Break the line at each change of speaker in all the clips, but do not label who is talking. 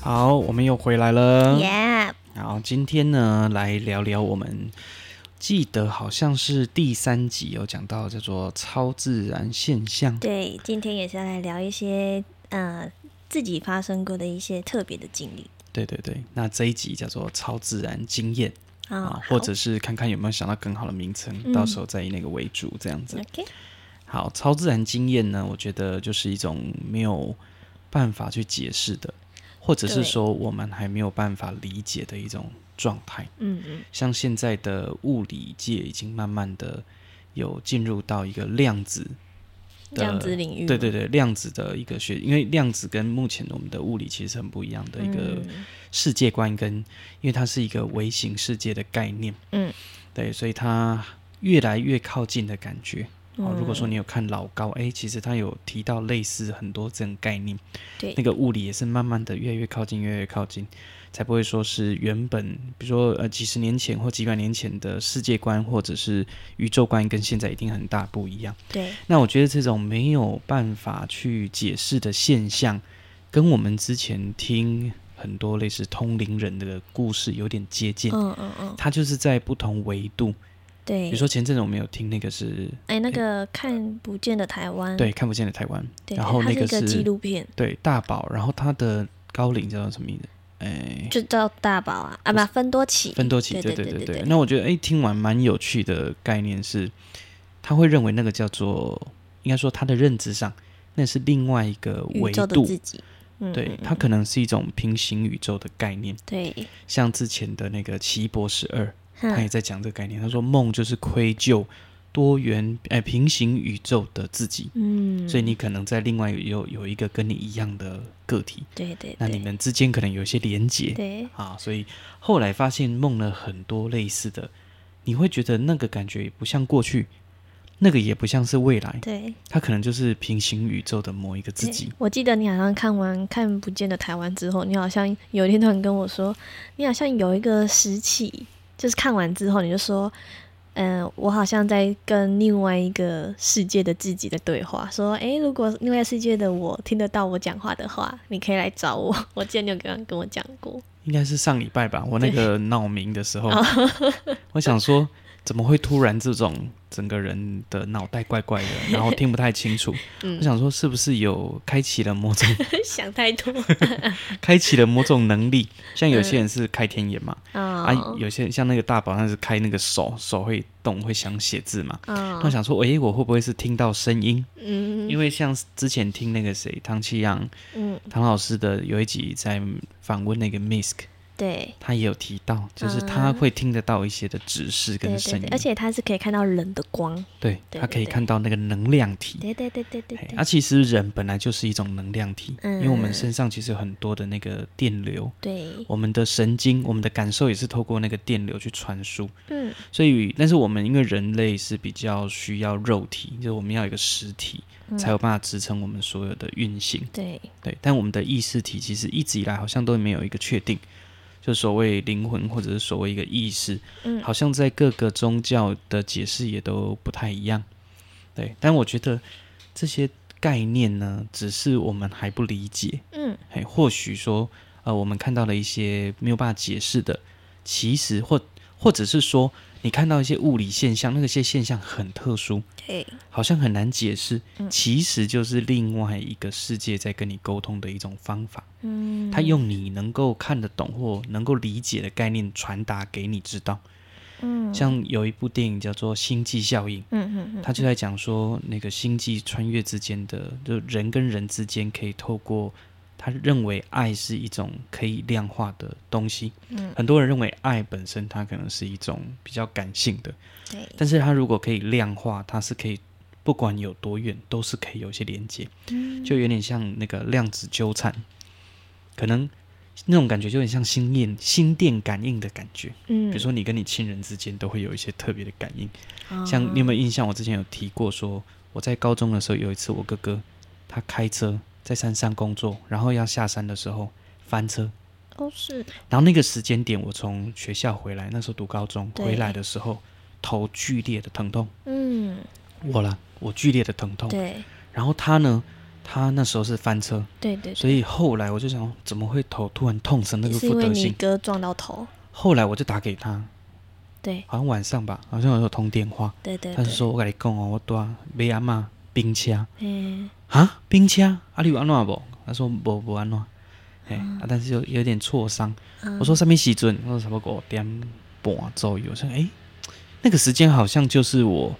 好，我们又回来了。
Yeah，
好，今天呢，来聊聊我们记得好像是第三集有讲到叫做超自然现象。
对，今天也是要来聊一些呃自己发生过的一些特别的经历
对对对，那这一集叫做超自然经验、
啊
啊，，或
好
者是看看有没有想到更好的名称，
嗯
到时候再以那个为主这样子。
OK，
好，超自然经验呢，我觉得就是一种没有办法去解释的，或者
对
是说我们还没有办法理解的一种状态。
嗯嗯，
像现在的物理界已经慢慢的有进入到一个量子，的
量子领域嘛，
对对对，量子的一个学，因为量子跟目前我们的物理其实是很不一样的一个
嗯
世界观跟，因为它是一个微型世界的概念，
嗯，
对，所以它越来越靠近的感觉。哦，如果说
嗯
你有看老高，哎，其实他有提到类似很多这种概念，
对
那个物理也是慢慢的越来越靠近，越来越靠近，才不会说是原本，比如说呃几十年前或几百年前的世界观或者是宇宙观，跟现在一定很大不一样。
对嗯
那我觉得这种没有办法去解释的现象，跟我们之前听很多类似通灵人的故事有点接近，
嗯嗯嗯，
它就是在不同维度。
对，
比如说前阵子我们有听那个是
哎那个看不见的台湾，
对看不见的台湾，
对，
然后
它是
那
一
个
个
是
纪录片，
对大宝，然后他的高龄叫做什么名字？哎，
就叫大宝啊啊不
不是
分多奇，
分多奇，
对
对
对
对
对对
那我觉得，哎，听完蛮有趣的概念是，他会认为那个叫做，应该说他的认知上，那是另外一个
宇
维
宙的
度
自。己，嗯，
对
嗯，
它可能是一种平行宇宙的概念，
对，
像之前的那个奇异博士二，他也
哼
在讲这个概念。他说梦就是窥究多元哎平行宇宙的自己，
嗯，
所以你可能在另外有有一个跟你一样的个体，
对对
那你
对
们之间可能有一些连结
对，
啊，所以后来发现梦了很多类似的，你会觉得那个感觉也不像过去，那个也不像是未来，
对
它可能就是平行宇宙的某一个自
对
己。
我记得你好像看完《看不见的台湾》之后，你好像有一天突然跟我说，你好像有一个时期，就是看完之后你就说。嗯，我好像在跟另外一个世界的自己的对话，说，诶，如果另外世界的我听得到我讲话的话，你可以来找我。 我记得你有跟跟我讲过，
应该是上礼拜吧，我那个闹鸣的时候，我想说怎么会突然这种整个人的脑袋怪怪的，然后听不太清楚。
嗯
我想说是不是有开启了某种
想太多
开启了某种能力？像有些人是开天眼嘛，
啊
啊，有些像那个大宝他是开那个手，手会动会想写字嘛。
啊
我想说，诶、我会不会是听到声音？
嗯
因为像之前听那个谁唐启阳
嗯，
唐老师的有一集在访问那个 Misk，
对，
他也有提到，就是他会听得到一些的指示
啊对
跟声
对
音，
对，而且它是可以看到人的光，
对
对
他可以
对
看到那个能量体。
对对对对对
嘿
对，
啊，其实人本来就是一种能量体，
嗯
因为我们身上其实有很多的那个电流，
对，
我们的神经、我们的感受也是透过那个电流去传输。
嗯
所以，但是我们因为人类是比较需要肉体，就是我们要有一个实体，
嗯
才有办法支撑我们所有的运行。
对，
对，但我们的意识体其实一直以来好像都没有一个确定，就所谓灵魂或者是所谓一个意识，
嗯
好像在各个宗教的解释也都不太一样。对，但我觉得这些概念呢，只是我们还不理解。
嗯
哎，或许说，呃，我们看到了一些没有办法解释的，其实或或者是说，你看到一些物理现象，那些现象很特殊，
对，
好像很难解释
嗯，
其实就是另外一个世界在跟你沟通的一种方法。
嗯，
他用你能够看得懂或能够理解的概念传达给你知道。
嗯
像有一部电影叫做《星际效
음,
应》，
嗯嗯嗯，
他就在讲说那个星际穿越之间的，就人跟人之间可以透过他认为爱是一种可以量化的东西。
嗯
很多人认为爱本身它可能是一种比较感性的，
对，
但是它如果可以量化，它是可以不管有多远，都是可以有一些连接，
嗯
就有点像那个量子纠缠，可能那种感觉就很像心电心电感应的感觉。
嗯，
比如说你跟你亲人之间都会有一些特别的感应，
아,哦
像你有没有印象？我之前有提过说，我在高中的时候有一次，我哥哥他开车在山上工作，然后要下山的时候翻车，
哦是
然后那个时间点我从学校回来，那时候读高中，
对
回来的时候头剧烈的疼痛，
嗯
我啦，我剧烈的疼痛。
对
然后他呢，他那时候是翻车，
对对，
所以后来我就想，怎么会头突然痛成那个
是
副
因为
德
你
性？
哥撞到头，
后来我就打给他，
对
好像晚上吧，好像有时候通电话，
对对，
他就
对，
说：“我跟你讲哦，我拄啊买阿嬷冰车。”
嗯
啊，冰车啊，你有安怎无？他说无无安怎，哎、啊，但是有有点挫伤。
嗯
我说什么时阵？我说差不多五点半左右。我说哎、那个时间好像就是我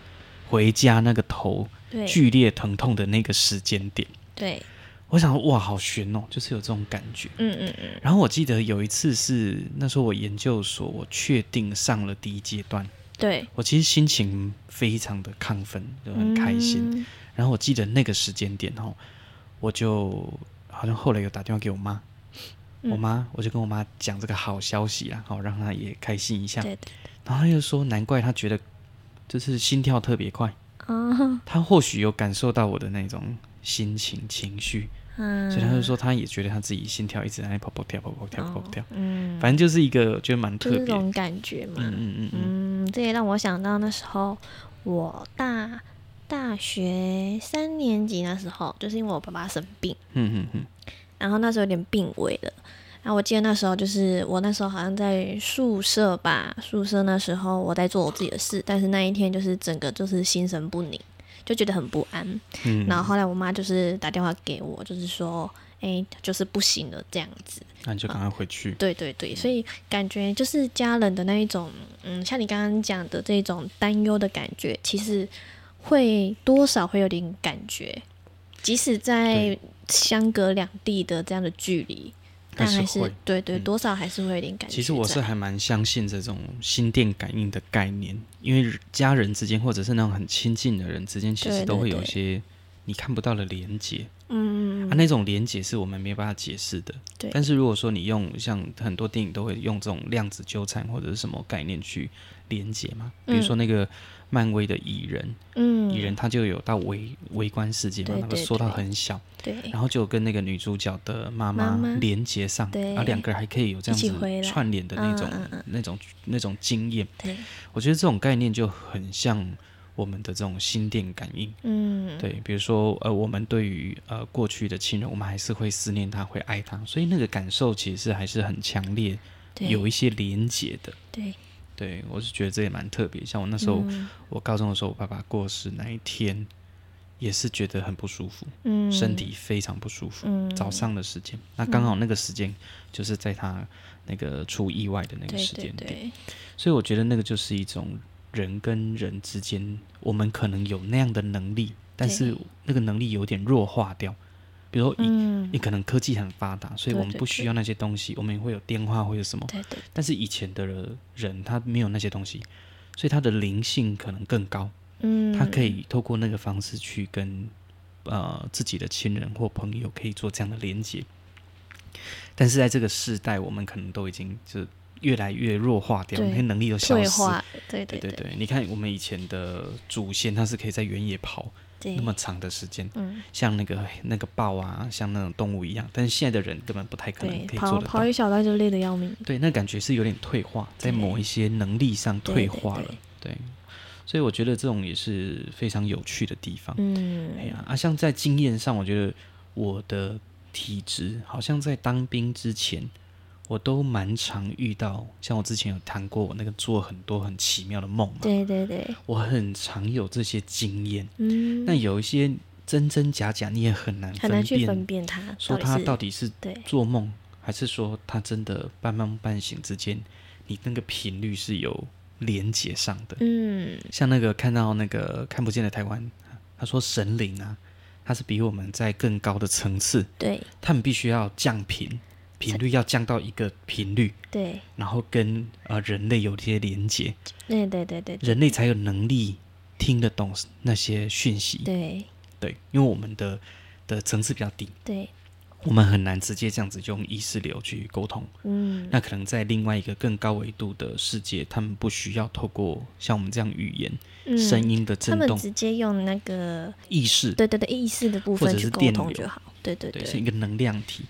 回家那个头
对
剧烈疼痛的那个时间点。
对，
我想哇，好悬哦，就是有这种感觉。
嗯嗯嗯，
然后我记得有一次是那时候我研究所，我确定上了第一阶段，
对，
我其实心情非常的亢奋，就很开心。
嗯，
然后我记得那个时间点哦，我就好像后来有打电话给我妈，
嗯
我妈我就跟我妈讲这个好消息啦，好、让她也开心一下。
对对
然后她就说，难怪她觉得就是心跳特别快，
啊，
她或许有感受到我的那种心情情绪，
嗯，
所以她就说，她也觉得她自己心跳一直在那跑跑跳跑跑跳跑跑跳，
嗯，
反正哦就是一个我觉得蛮
就
特
是这
别的。
种感觉嘛，
嗯嗯嗯嗯，
嗯，这也让我想到那时候我大大学三年级那时候，就是因为我爸爸生病，
嗯嗯嗯，
然后那时候有点病危了。然后我记得那时候就是我那时候好像在宿舍吧，宿舍那时候我在做我自己的事，但是那一天就是整个就是心神不宁，就觉得很不安。
嗯
然后后来我妈就是打电话给我，就是说，哎，就是不行了这样子。
那你就赶快回去。
对对
嗯
对，所以感觉就是家人的那一种，嗯，像你刚刚讲的这种担忧的感觉，其实会多少会有点感觉，即使在
对
相隔两地的这样的距离，但
还
还
是
是
会
对对，
嗯
多少还是会有点感觉在。
其实我是还蛮相信这种心电感应的概念，因为家人之间或者是那种很亲近的人之间，其
对
实
对
都会有
对
一些你看不到的连接
嗯，嗯
啊，那种连接是我们没办法解释的。
对
但是如果说你用像很多电影都会用这种量子纠缠或者是什么概念去连接嘛，比如说那个漫威的蚁人，
嗯，
蚁、人他就有到微微观世界嘛，
对
那个
对
缩到
对
很小，
对
然后就跟那个女主角的妈
妈妈
连接上，
对
然后两个人还可以有这样
一起
子
回来
串联的那种、
嗯嗯
那种、那种经验。
对，
我觉得这种概念就很像我们的这种心电感应。
嗯，
对，比如说呃，我们对于呃过去的亲人，我们还是会思念他，会爱他，所以那个感受其实还是很强烈，
对
有一些连结的。
对，
对我是觉得这也蛮特别。像我那时候，
嗯
我高中的时候，我爸爸过世那一天，也是觉得很不舒服，
嗯
身体非常不舒服。
嗯
早上的时间，那刚好那个时间就是在他那个出意外的那个
对
时
对
间点，
对，
所以我觉得那个就是一种人跟人之间，我们可能有那样的能力，但是
对
那个能力有点弱化掉。比如说你，
嗯
你，可能科技很发达，所以
对
我们
对
不需要那些东西，我们也会有电话或者什么，
对对
但是以前的人他没有那些东西，所以他的灵性可能更高，
嗯，
他可以透过那个方式去跟呃自己的亲人或朋友可以做这样的连接。但是在这个世代，我们可能都已经就越来越弱化掉，
对
那些能力都消
退
失。
化，对
对
对
对对，你看我们以前的祖先，他是可以在原野跑
对，
那么长的时间，
嗯，
像那个那个豹啊，像那种动物一样。但是现在的人根本不太可能
对，
可以
跑
做得到
跑。一小段就累得要命，
对，那感觉是有点退化，在
对
某一些能力上
对
退
对
化了。对，所以我觉得这种也是非常有趣的地方。哎
嗯，
呀，啊，像在经验上，我觉得我的体质好像在当兵之前，我都蛮常遇到。像我之前有谈过，我那个做很多很奇妙的梦嘛，
对对对，
我很常有这些经验。
嗯，
那有一些真真假假，你也很难
很难
分
去
辨，
分辨它
说它
是
到底是
对
做梦，还是说它真的半梦半醒之间，你那个频率是有连接上的。
嗯
像那个看到那个看不见的台湾，他说神灵啊，它是比我们在更高的层次，
对
他们必须要降频，频率要降到一个频率，
对
然后跟呃人类有一些连接，
对对对对对
人类才有能力听得懂那些讯息。
对
对，因为我们的的层次比较低，
对，
我们很难直接这样子用意识流去沟通。
嗯，
那可能在另外一个更高维度的世界，他们不需要透过像我们这样语言、
嗯
声音的
他
震
们
动、
直接用那个
意识，
对对对意识的部
或
分
者
去
是
沟
电
通
流
就好。对对
对，是一个能量体。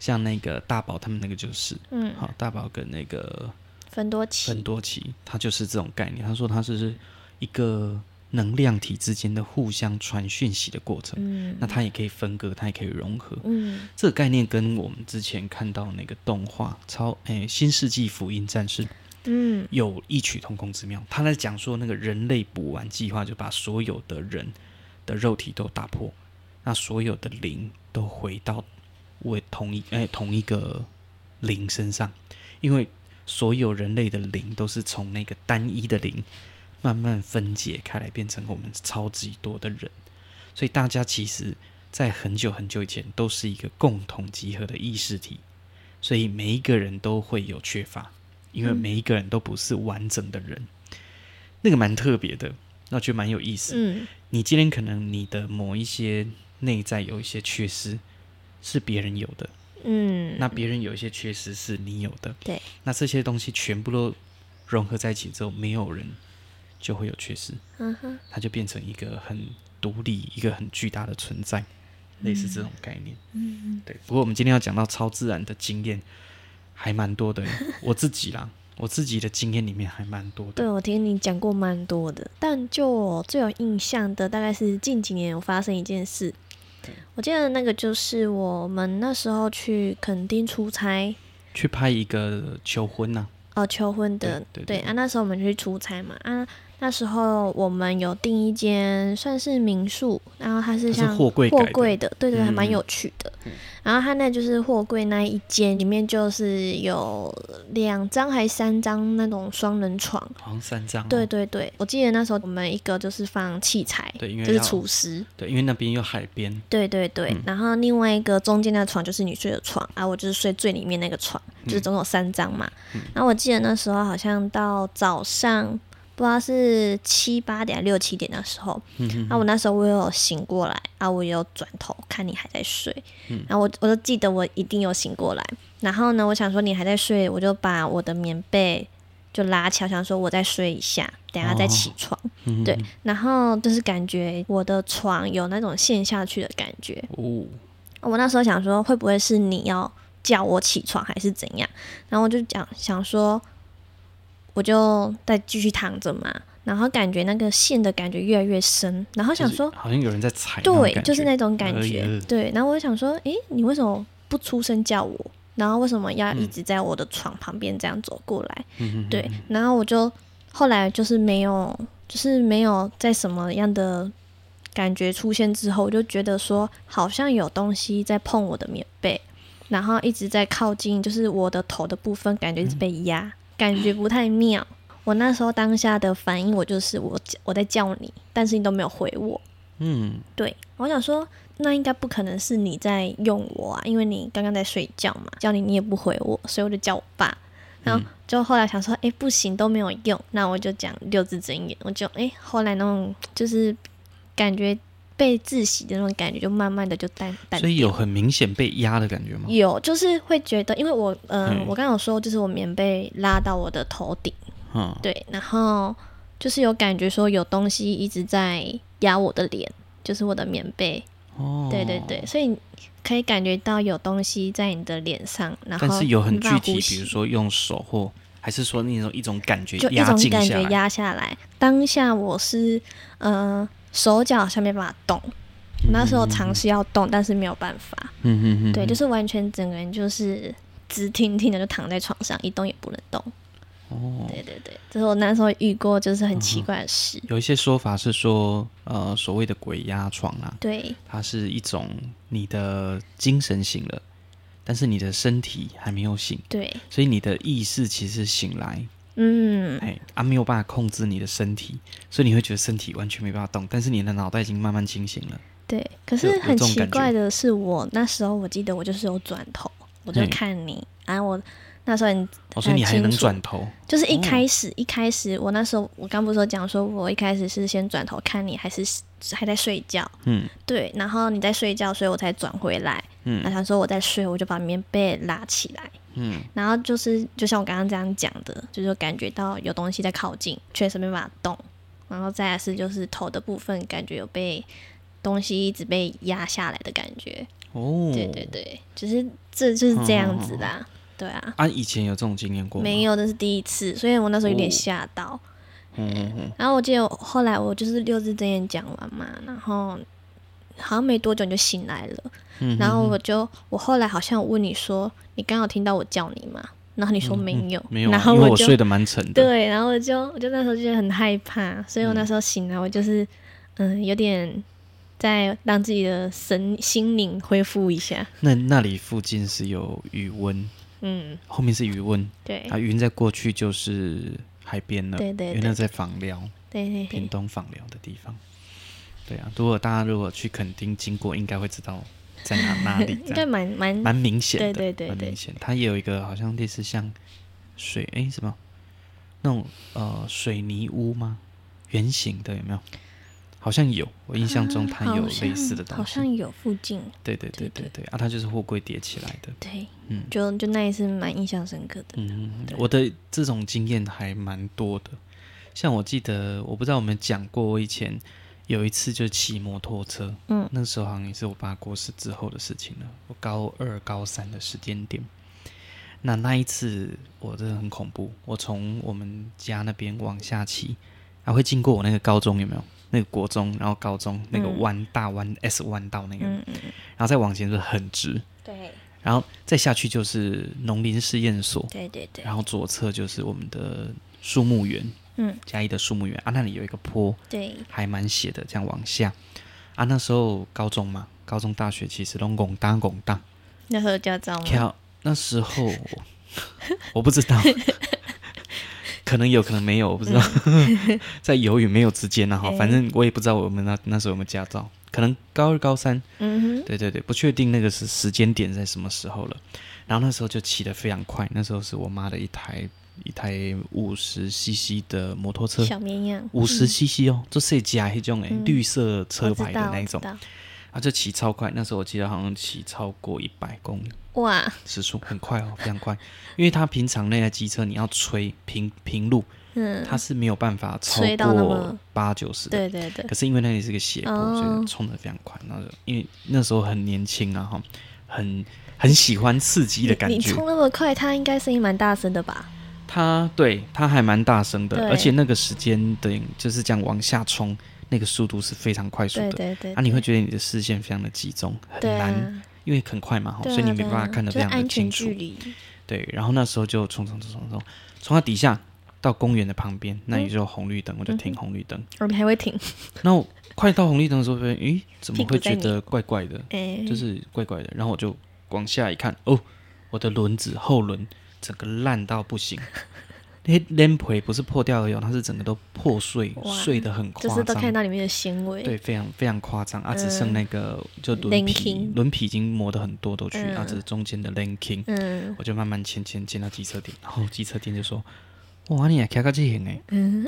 像那个大宝他们那个就是，
嗯，
好，大宝跟那个
分多
芬
期，
多奇，他就是这种概念。他说他是一个能量体之间的互相传讯息的过程。
嗯
那它也可以分割，它也可以融合。
嗯
这个概念跟我们之前看到那个动画《超诶、新世纪福音战士》
嗯
有异曲同工之妙。他在讲说那个人类补完计划，就把所有的人的肉体都打破，那所有的灵都回到为同一哎、同一个灵身上，因为所有人类的灵都是从那个单一的灵慢慢分解开来，变成我们超级多的人，所以大家其实。在很久很久以前，都是一个共同集合的意识体，所以每一个人都会有缺乏，因为
嗯
每一个人都不是完整的人，那个蛮特别的，那我觉得蛮有意思。
嗯
你今天可能你的某一些内在有一些缺失，是别人有的，
嗯，
那别人有一些缺失是你有的，
对，
那这些东西全部都融合在一起之后，没有人就会有缺失，
嗯哼，
它就变成一个很独立、一个很巨大的存在，类似这种概念。
嗯
对，不过我们今天要讲到超自然的经验，还蛮 多的。我自己啦，我自己的经验里面还蛮多
对，
的。
我听你讲过蛮多的，但就我最有印象的，大概是近几年有发生一件事。我记得那个就是我们那时候去垦丁出差，
去拍一个求婚呐、
哦，求婚的，
对对对
啊，那时候我们去出差嘛，啊，那时候我们有订一间算是民宿，然后它是
它是
像
货柜
货
改的
柜的，对对，还蛮
嗯
有趣的。然后它那就是货柜那一间里面就是有两张还三张那种双人床，
好像三张哦、
对对对，我记得那时候我们一个就是放器材，
对因为
就是
要
厨师，
对，因为那边有海边，
对对对，
嗯
然后另外一个中间那床就是你睡的床啊，我就是睡最里面那个床，
嗯
就是总共有三张嘛。然后我记得那时候好像到早上。不知道是七八点六七点的时候，
嗯哼，
啊，我那时候我有醒过来，啊，我有转头看你还在睡，
嗯
然后我我就记得我一定有醒过来，然后呢，我想说你还在睡，我就把我的棉被就拉起来，想说我再睡一下，等下再起床，
嗯哼
对，然后就是感觉我的床有那种陷下去的感觉，
哦，
我那时候想说，会不会是你要叫我起床，还是怎样？然后我就讲想说，我就再继续躺着嘛。然后感觉那个线的感觉越来越深，然后想
就是
说，
好像有人在踩那种感
对
觉，，
就是那种感
哎
觉
呀，
对。然后我就想说，诶，你为什么不出声叫我？然后为什么要一直在我的床旁边这样走过来？
嗯哼，
对，然后我就后来就是没有，就是没有在什么样的感觉出现之后，我就觉得说好像有东西在碰我的棉被，然后一直在靠近，就是我的头的部分，感觉一直被压，感觉不太妙。我那时候当下的反应，我就是我我在叫你，但是你都没有回我。
嗯，
对，我想说，那应该不可能是你在用我啊，因为你刚刚在睡觉嘛，叫你你也不回我，所以我就叫我爸。然后
嗯
就后来想说，哎、不行，都没有用，那我就讲六字真言，我就哎、诶后来那种就是感觉被窒息的那种感觉，就慢慢的就淡淡
所以有很明显被压的感觉吗？
有，就是会觉得，因为我，嗯、
嗯
我刚刚有说，就是我棉被拉到我的头顶，
嗯，
对，然后就是有感觉说有东西一直在压我的脸，就是我的棉被，
哦，
对对对，，所以你可以感觉到有东西在你的脸上，然后
但是有很
没办
具
法
体
呼，吸
比如说用手或。还是说那种一种感觉
就一
压
种
进
感
下
觉
来，
压下来。当下我是呃手脚好像没办法动，我那时候尝试要动，但是没有办法，
嗯哼哼，
对，
哼
就是完全整个人就是直挺挺的就躺在床上，一动也不能动。
哦，
对对对，这是我那时候遇过就是很
嗯
奇怪的事。
有一些说法是说，呃，所谓的鬼压床啊，
对
它是一种你的精神醒了，但是你的身体还没有醒，
对，
所以你的意识其实醒来，
嗯，
哎，啊没有办法控制你的身体，所以你会觉得身体完全没办法动，但是你的脑袋已经慢慢清醒了。
对，可
有
是
有
很
这种
奇
感觉嗯
怪的是我，那时候我记得我就是有转头，我就
嘿
看你，然后我那时候你
我说哦你还
呃清
能
楚
转头，
就是一
哦
开始、一开始，我那时候我刚不是说讲说，我一开始是先转头看你还是还在睡觉，
嗯
对，然后你在睡觉，所以我才转回来。那
嗯
想说我在睡，我就把棉被拉起来，
嗯
然后就是就像我刚刚这样讲的，就是感觉到有东西在靠近，确实没办法动。然后再来是就是头的部分，感觉有被东西一直被压下来的感觉。
哦，
对对对，就是这就是这样子啦。对啊，
啊，以前有这种经验过吗？
没
有，
有，这是第一次，所以我那时候有点
哦
吓到。
嗯嗯
然后我记得我后来我就是六字真言讲完嘛，然后好像没多久你就醒来了，
嗯，
然后我就我后来好像问你说，你刚好听到我叫你吗？然后你说没有，
没有啊，
然后
因为
我
我
就
睡得蛮沉的，
对，然后我就我就那时候就觉得很害怕，所以我那时候醒来，我就是嗯有点在让自己的神心灵恢复一下，
那那里附近是有余温，
嗯，
后面是余温，
对
啊，云在过去就是海边了，
对对
因为那
对
在访寮，
对对
屏
对，
东访寮的地方。对啊，如果大家如果去垦丁经过，应该会知道在 哪哪里
应
这
该
样，
蛮蛮
蛮明显的，
嗯对对对
蛮
对
明显。它也有一个好像类似像水诶什么那种呃水泥屋吗？圆形的有没有？好像有，我印象中它
嗯好
有
像
类似的
啊好
东西。
像有附近，
对对对
对
对对，啊，它就是货柜叠起来的。
对，
嗯
就就那一次蛮印象深刻的，
嗯，
对
我的这种经验还蛮多的。像我记得，我不知道我们讲过，我以前有一次就骑摩托车，
嗯
那时候好像也是我爸过世之后的事情了，我高二、高三的时间点。那那一次我真的很恐怖，我从我们家那边往下骑，还、会经过我那个高中有没有？那个国中，然后高中那个
嗯
弯、大弯 S 弯道那个，
嗯嗯，嗯
然后再往前就是很直，
对
然后再下去就是农林试验所，
对对对，
然后左侧就是我们的树木园，
嗯
嘉义的树木园啊，那里有一个坡，
对，
还蛮斜的，这样往下啊。那时候高中嘛，高中大学其实拢拱当拱当，
那时候驾照吗？
跳那时候我 我不知 道，可能有可能没有，我不知道， 在有与没有之间呢、啊、哈，
嗯哎
反正我也不知道我们那那时候有没有驾照，可能高二高三
嗯哼，
对对对，不确定那个是时间点在什么时候了。然后那时候就骑得非常快，那时候是我妈的一台一台五十 CC 的摩托车，
小绵羊，
五十 CC 哦，这是加一种诶、
嗯
绿色
我
车
知
牌的
道
那
我
一
知
种，
道
啊就骑超快。那时候我记得好像骑超过一百公里
哇，
时速，很快哦，非常快。因为它平常那台机车你要吹平平路，
嗯，
它是没有办法超
吹到那
过
么
八九十的
对对对，
可是因为那里是个斜坡，
哦
所以冲得非常快。然后就因为那时候很年轻啊，哈，很很喜欢刺激的感
你你
觉。
冲那么快，它应该声音蛮大声的吧？
它对它还蛮大声的
对，
而且那个时间的，就是这样往下冲，那个速度是非常快速
对
的。
对对，
啊，你会觉得你的视线非常的集中，很
对
难，
啊，
因为很快嘛，哈，
对啊
所以你没
对啊
办法看得
啊就
非
是
常的
安全
清楚
距。离，
对，然后那时候就冲冲冲冲冲，冲到底下到公园的旁边，那里就有红绿灯，
嗯
我就停红绿灯。
我们还会 停，
然后快到红绿灯的时候，发现诶，怎么
屁股
会觉
在
得怪怪的？
哎，
就是怪怪的。然后我就往下一看，哦，我的轮子后轮整个烂到 不行，那些连皮不是破掉而已哦，它是整个都破碎，
哇
碎的很
就是
夸
都看
张。
到里面的纤维，
对，非常非常夸张啊！只剩
嗯
那个、就轮皮
linking，
轮皮已经磨得很多都去、啊，
嗯
只是中间的 linking，、
嗯
我就慢慢牵牵牵到机车店，然后机车店就说：“哇，你也开到这行呢？
嗯，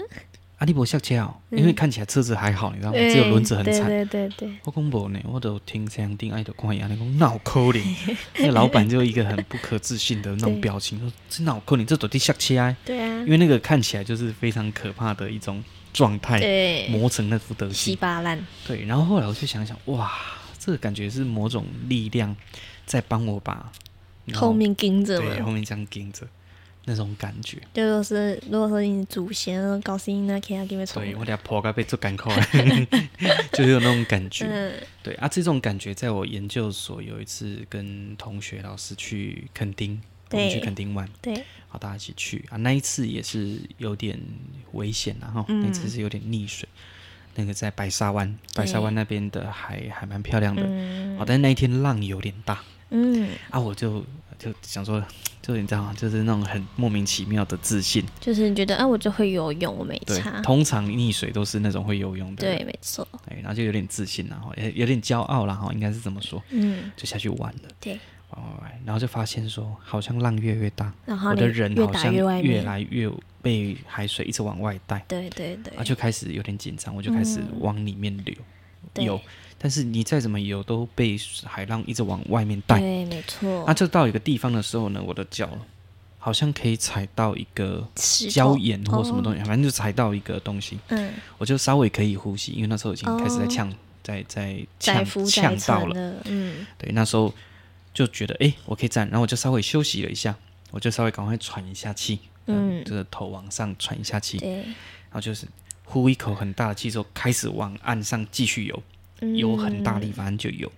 啊，你不下车哦？因为看起来车子还好，你知道吗？只有轮子很
嗯对
惨。
对对对，
我讲无呢，我都听这样定爱的看伊安尼讲脑壳灵， 那老板就一个很不可置信的那种表情，说这脑壳灵，这到底下切啊？
对啊
因，为那个看起来就是非常可怕的一种状态，
对，
磨成那副德
稀
行。
巴烂，
对，然后后来我就想一想，哇，这个感觉是某种力量在帮我把然后
后面跟着
对后
嘛，
面这样盯着那种感觉。
就是如果说你祖先那种高兴那可以给你冲嗯
对，，我俩破个被做干扣， 就是有那种感觉。
嗯
对啊，这种感觉在我研究所有一次跟同学老师去垦丁，我们
对
去垦丁玩，
对，
好大家一起去啊。那一次也是有点危险然后
嗯
那次是有点溺水，那个在白沙湾，白沙湾那边的海还蛮漂亮的，
嗯
好，但是那一天浪有点大
嗯，
啊，我就就想说，就你知道吗？就是那种很莫名其妙的自信。
就是你觉得啊，我就会游泳，我没
对
差，，
通常溺水都是那种会游泳的人，哎
对，没错，
对，然后就有点自信然后也有点骄傲啦哈，应该是这么说，
嗯，
就下去玩了。
对，
玩玩玩，然后就发现说，好像浪越来越大，
然后
我
你
的人
越
好
打
像
越外
越
面，
来越被海水一直往外带，
对对对，
啊，就开始有点紧张，我就开始
嗯
往里面流，
对
游，但是你再怎么游都被海浪一直往外面带，
对，没错，
啊，就到一个地方的时候呢，我的脚好像可以踩到一个
石
礁
头，哦
岩或什么东西，反正就踩到一个东西，
嗯，
我就稍微可以呼吸，因为那时候已经开始在
哦
呛，在在
载
呛
浮载
呛到
沉
了，
的，嗯，
对，那时候就觉得诶，我可以站，然后我就稍微休息了一下，我就稍微赶快喘一下气，嗯，
嗯
就是头往上喘一下气，然
对，
后就是呼一口很大的气之后，开始往岸上继续游，
嗯
游很大力，反正就游。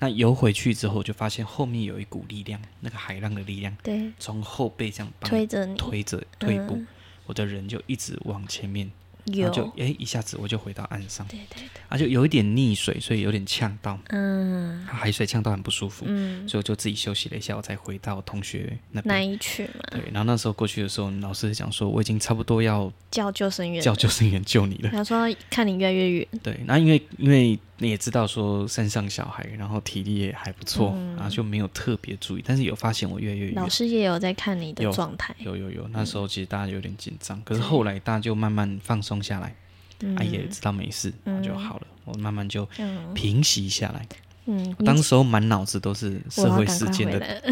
那游回去之后，就发现后面有一股力量，那个海浪的力量
对，
从后背这样帮
推着你
推着退步，
嗯
我的人就一直往前面，然
游，
后就诶一下子我就回到岸上，
对对对，
啊就有一点溺水，所以有点呛到，
嗯
海水呛到很不舒服，
嗯，
所以我就自己休息了一下，我才回到同学那
那
边。
一去嘛，
对，然后那时候过去的时候，老师讲说我已经差不多要
叫救生员，
叫救生员救你了。
他说看你越来越远，
对，那因为因为你也知道说山上小孩，然后体力也还不错，
嗯
然后就没有特别注意，但是有发现我越来越
老
远。
师也有在看你的
有
状态，
有有有，那时候其实大家有点紧张，可是后来大家就慢慢放松下来，
嗯
啊也知道没事，然后就好了，我慢慢就
嗯
平息下来。
嗯，
当时候满脑子都是
我
社
要
会
赶
事
快
件
回
的
来，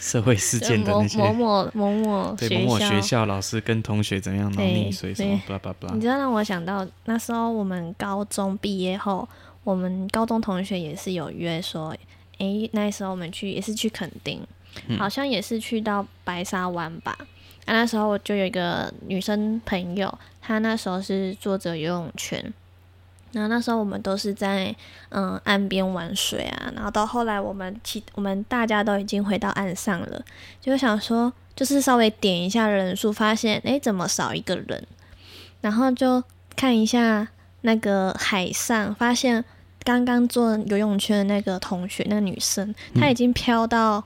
社会事件的
某
那些
某某某某
对某某学校老师跟同学怎样，然后
对
溺水什么，巴拉巴
你
拉。
知道让我想到那时候我们高中毕业后，我们高中同学也是有约说，诶、那时候我们去也是去垦丁，
嗯
好像也是去到白沙湾吧。啊，那时候我就有一个女生朋友，她那时候是坐着游泳圈，然后那时候我们都是在嗯岸边玩水啊，然后到后来我们其我们大家都已经回到岸上了，就想说就是稍微点一下人数，发现诶怎么少一个人，然后就看一下那个海上，发现刚刚做游泳圈的那个同学，那个女生，她已经飘到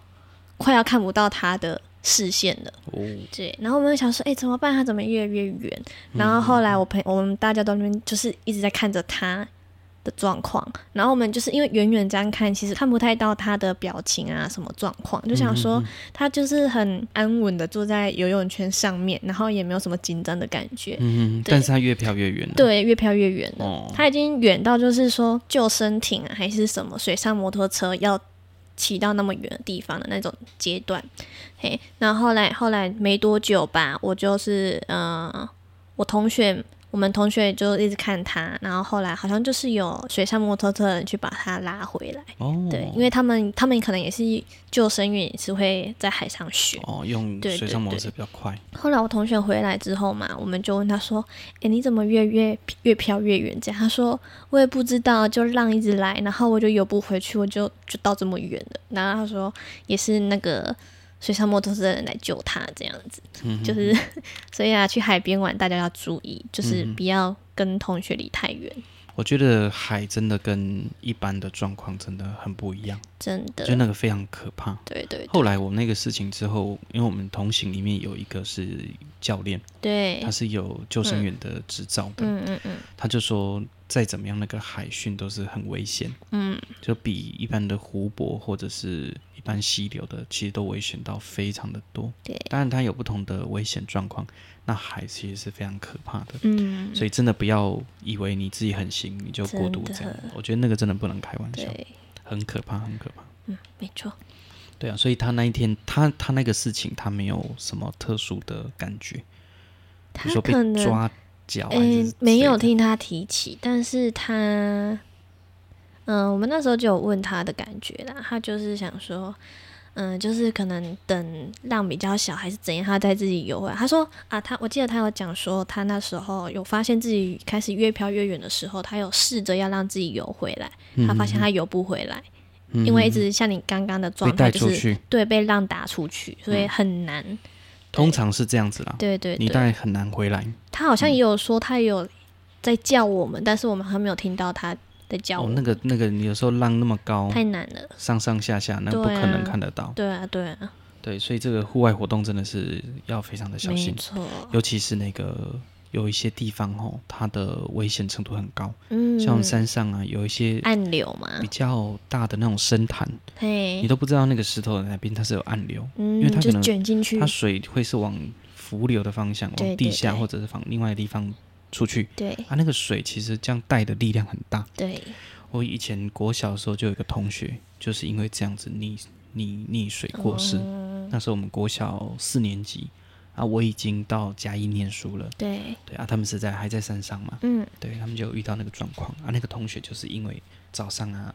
快要看不到她的视线了。
哦，
对，然后我们就想说，哎、怎么办？她怎么越来越远？然后后来我朋我们大家都在那边就是一直在看着她的状况，然后我们就是因为远远这样看，其实看不太到她的表情啊什么状况，就想
嗯
说她就是很安稳的坐在游泳圈上面，然后也没有什么紧张的感觉。
嗯，但是他越飘越远了。
对，越飘越远了。
哦，
他已经远到就是说救生艇啊，还是什么水上摩托车要骑到那么远的地方的那种阶段。嘿，然后后来后来没多久吧，我就是呃，我同学。我们同学就一直看他，然后后来好像就是有水上摩托车的人去把他拉回来，
哦，
对，因为他们他们可能也是救生员，也是会在海上学，
哦，用
对
水
对
上摩托
对
车比较快。
后来我同学回来之后嘛，我们就问他说：“诶，你怎么越越越飘越远？”这样他说：“我也不知道，就浪一直来，然后我就游不回去，我就就到这么远了。”然后他说也是那个水上摩托车的人来救他，这样子，
嗯
就是 所以啊，去海边玩大家要注意，就是
嗯哼
不要跟同学离太远，
我觉得海真的跟一般的状况真的很不一样，
真的。
就那个非常可怕。
对呃对
后来我那个事情之后，因为我们同行里面有一个是教练，
对
他，是有救生员的执照的，
嗯嗯嗯
他就说再怎么样那个海训都是很危险，
嗯，
就比一般的湖泊或者是一般溪流的，其实都危险到非常的多。
对
当然它有不同的危险状况，那海其实是非常可怕的。
嗯，
所以真的不要以为你自己很行，你就过度这样
真的。
我觉得那个真的不能开玩笑，
对，
很可怕，很可怕。
嗯，没错，
对啊，所以他那一天，他他那个事情，他没有什么特殊的感觉，比
他
如说被
可能
抓脚啊还
诶、
是之
没有
类的
听他提起，但是他，嗯、我们那时候就有问他的感觉啦，他就是想说，嗯、就是可能等浪比较小还是怎样，他再自己游回来。他说啊，他我记得他有讲说，他那时候有发现自己开始越飘越远的时候，他有试着要让自己游回来，他发现他游不回来，
嗯
因为一直像你刚刚的
被
状态
带
就
出
是。
去，
对，被浪打出去，所以
嗯
很难。
通常是这样子啦。
对对对，
你当然很难回来。
他好像
嗯
也有说他也有在叫我们，但是我们还没有听到他在叫我
哦，
们，
那个哦那个，你有时候浪那么高，
太难了。
上上下下，那
对
不可能
啊
看得到。
对啊，对啊，
对，所以这个户外活动真的是要非常的小
没
心，
错，
尤其是那个有一些地方哦，它的危险程度很高，
嗯，
像山上啊有一些
暗啊流嘛
比，较大的那种深潭，
嘿
你，都不知道那个石头的哪边它是有暗流，
嗯，
因为它可
就
能
卷进去
它，水会是往浮流的方向，
嗯对
往地
对
下
对
或者是往另外的地方出去。
对
啊，那个水其实这样带的力量很大。
对，
我以前国小的时候就有一个同学，就是因为这样子溺溺溺水过世。
嗯
那时候我们国小四年级啊，我已经到嘉义念书了。
对，
对啊，他们是在还在山上嘛，
嗯
对他们就有遇到那个状况啊。那个同学就是因为早上啊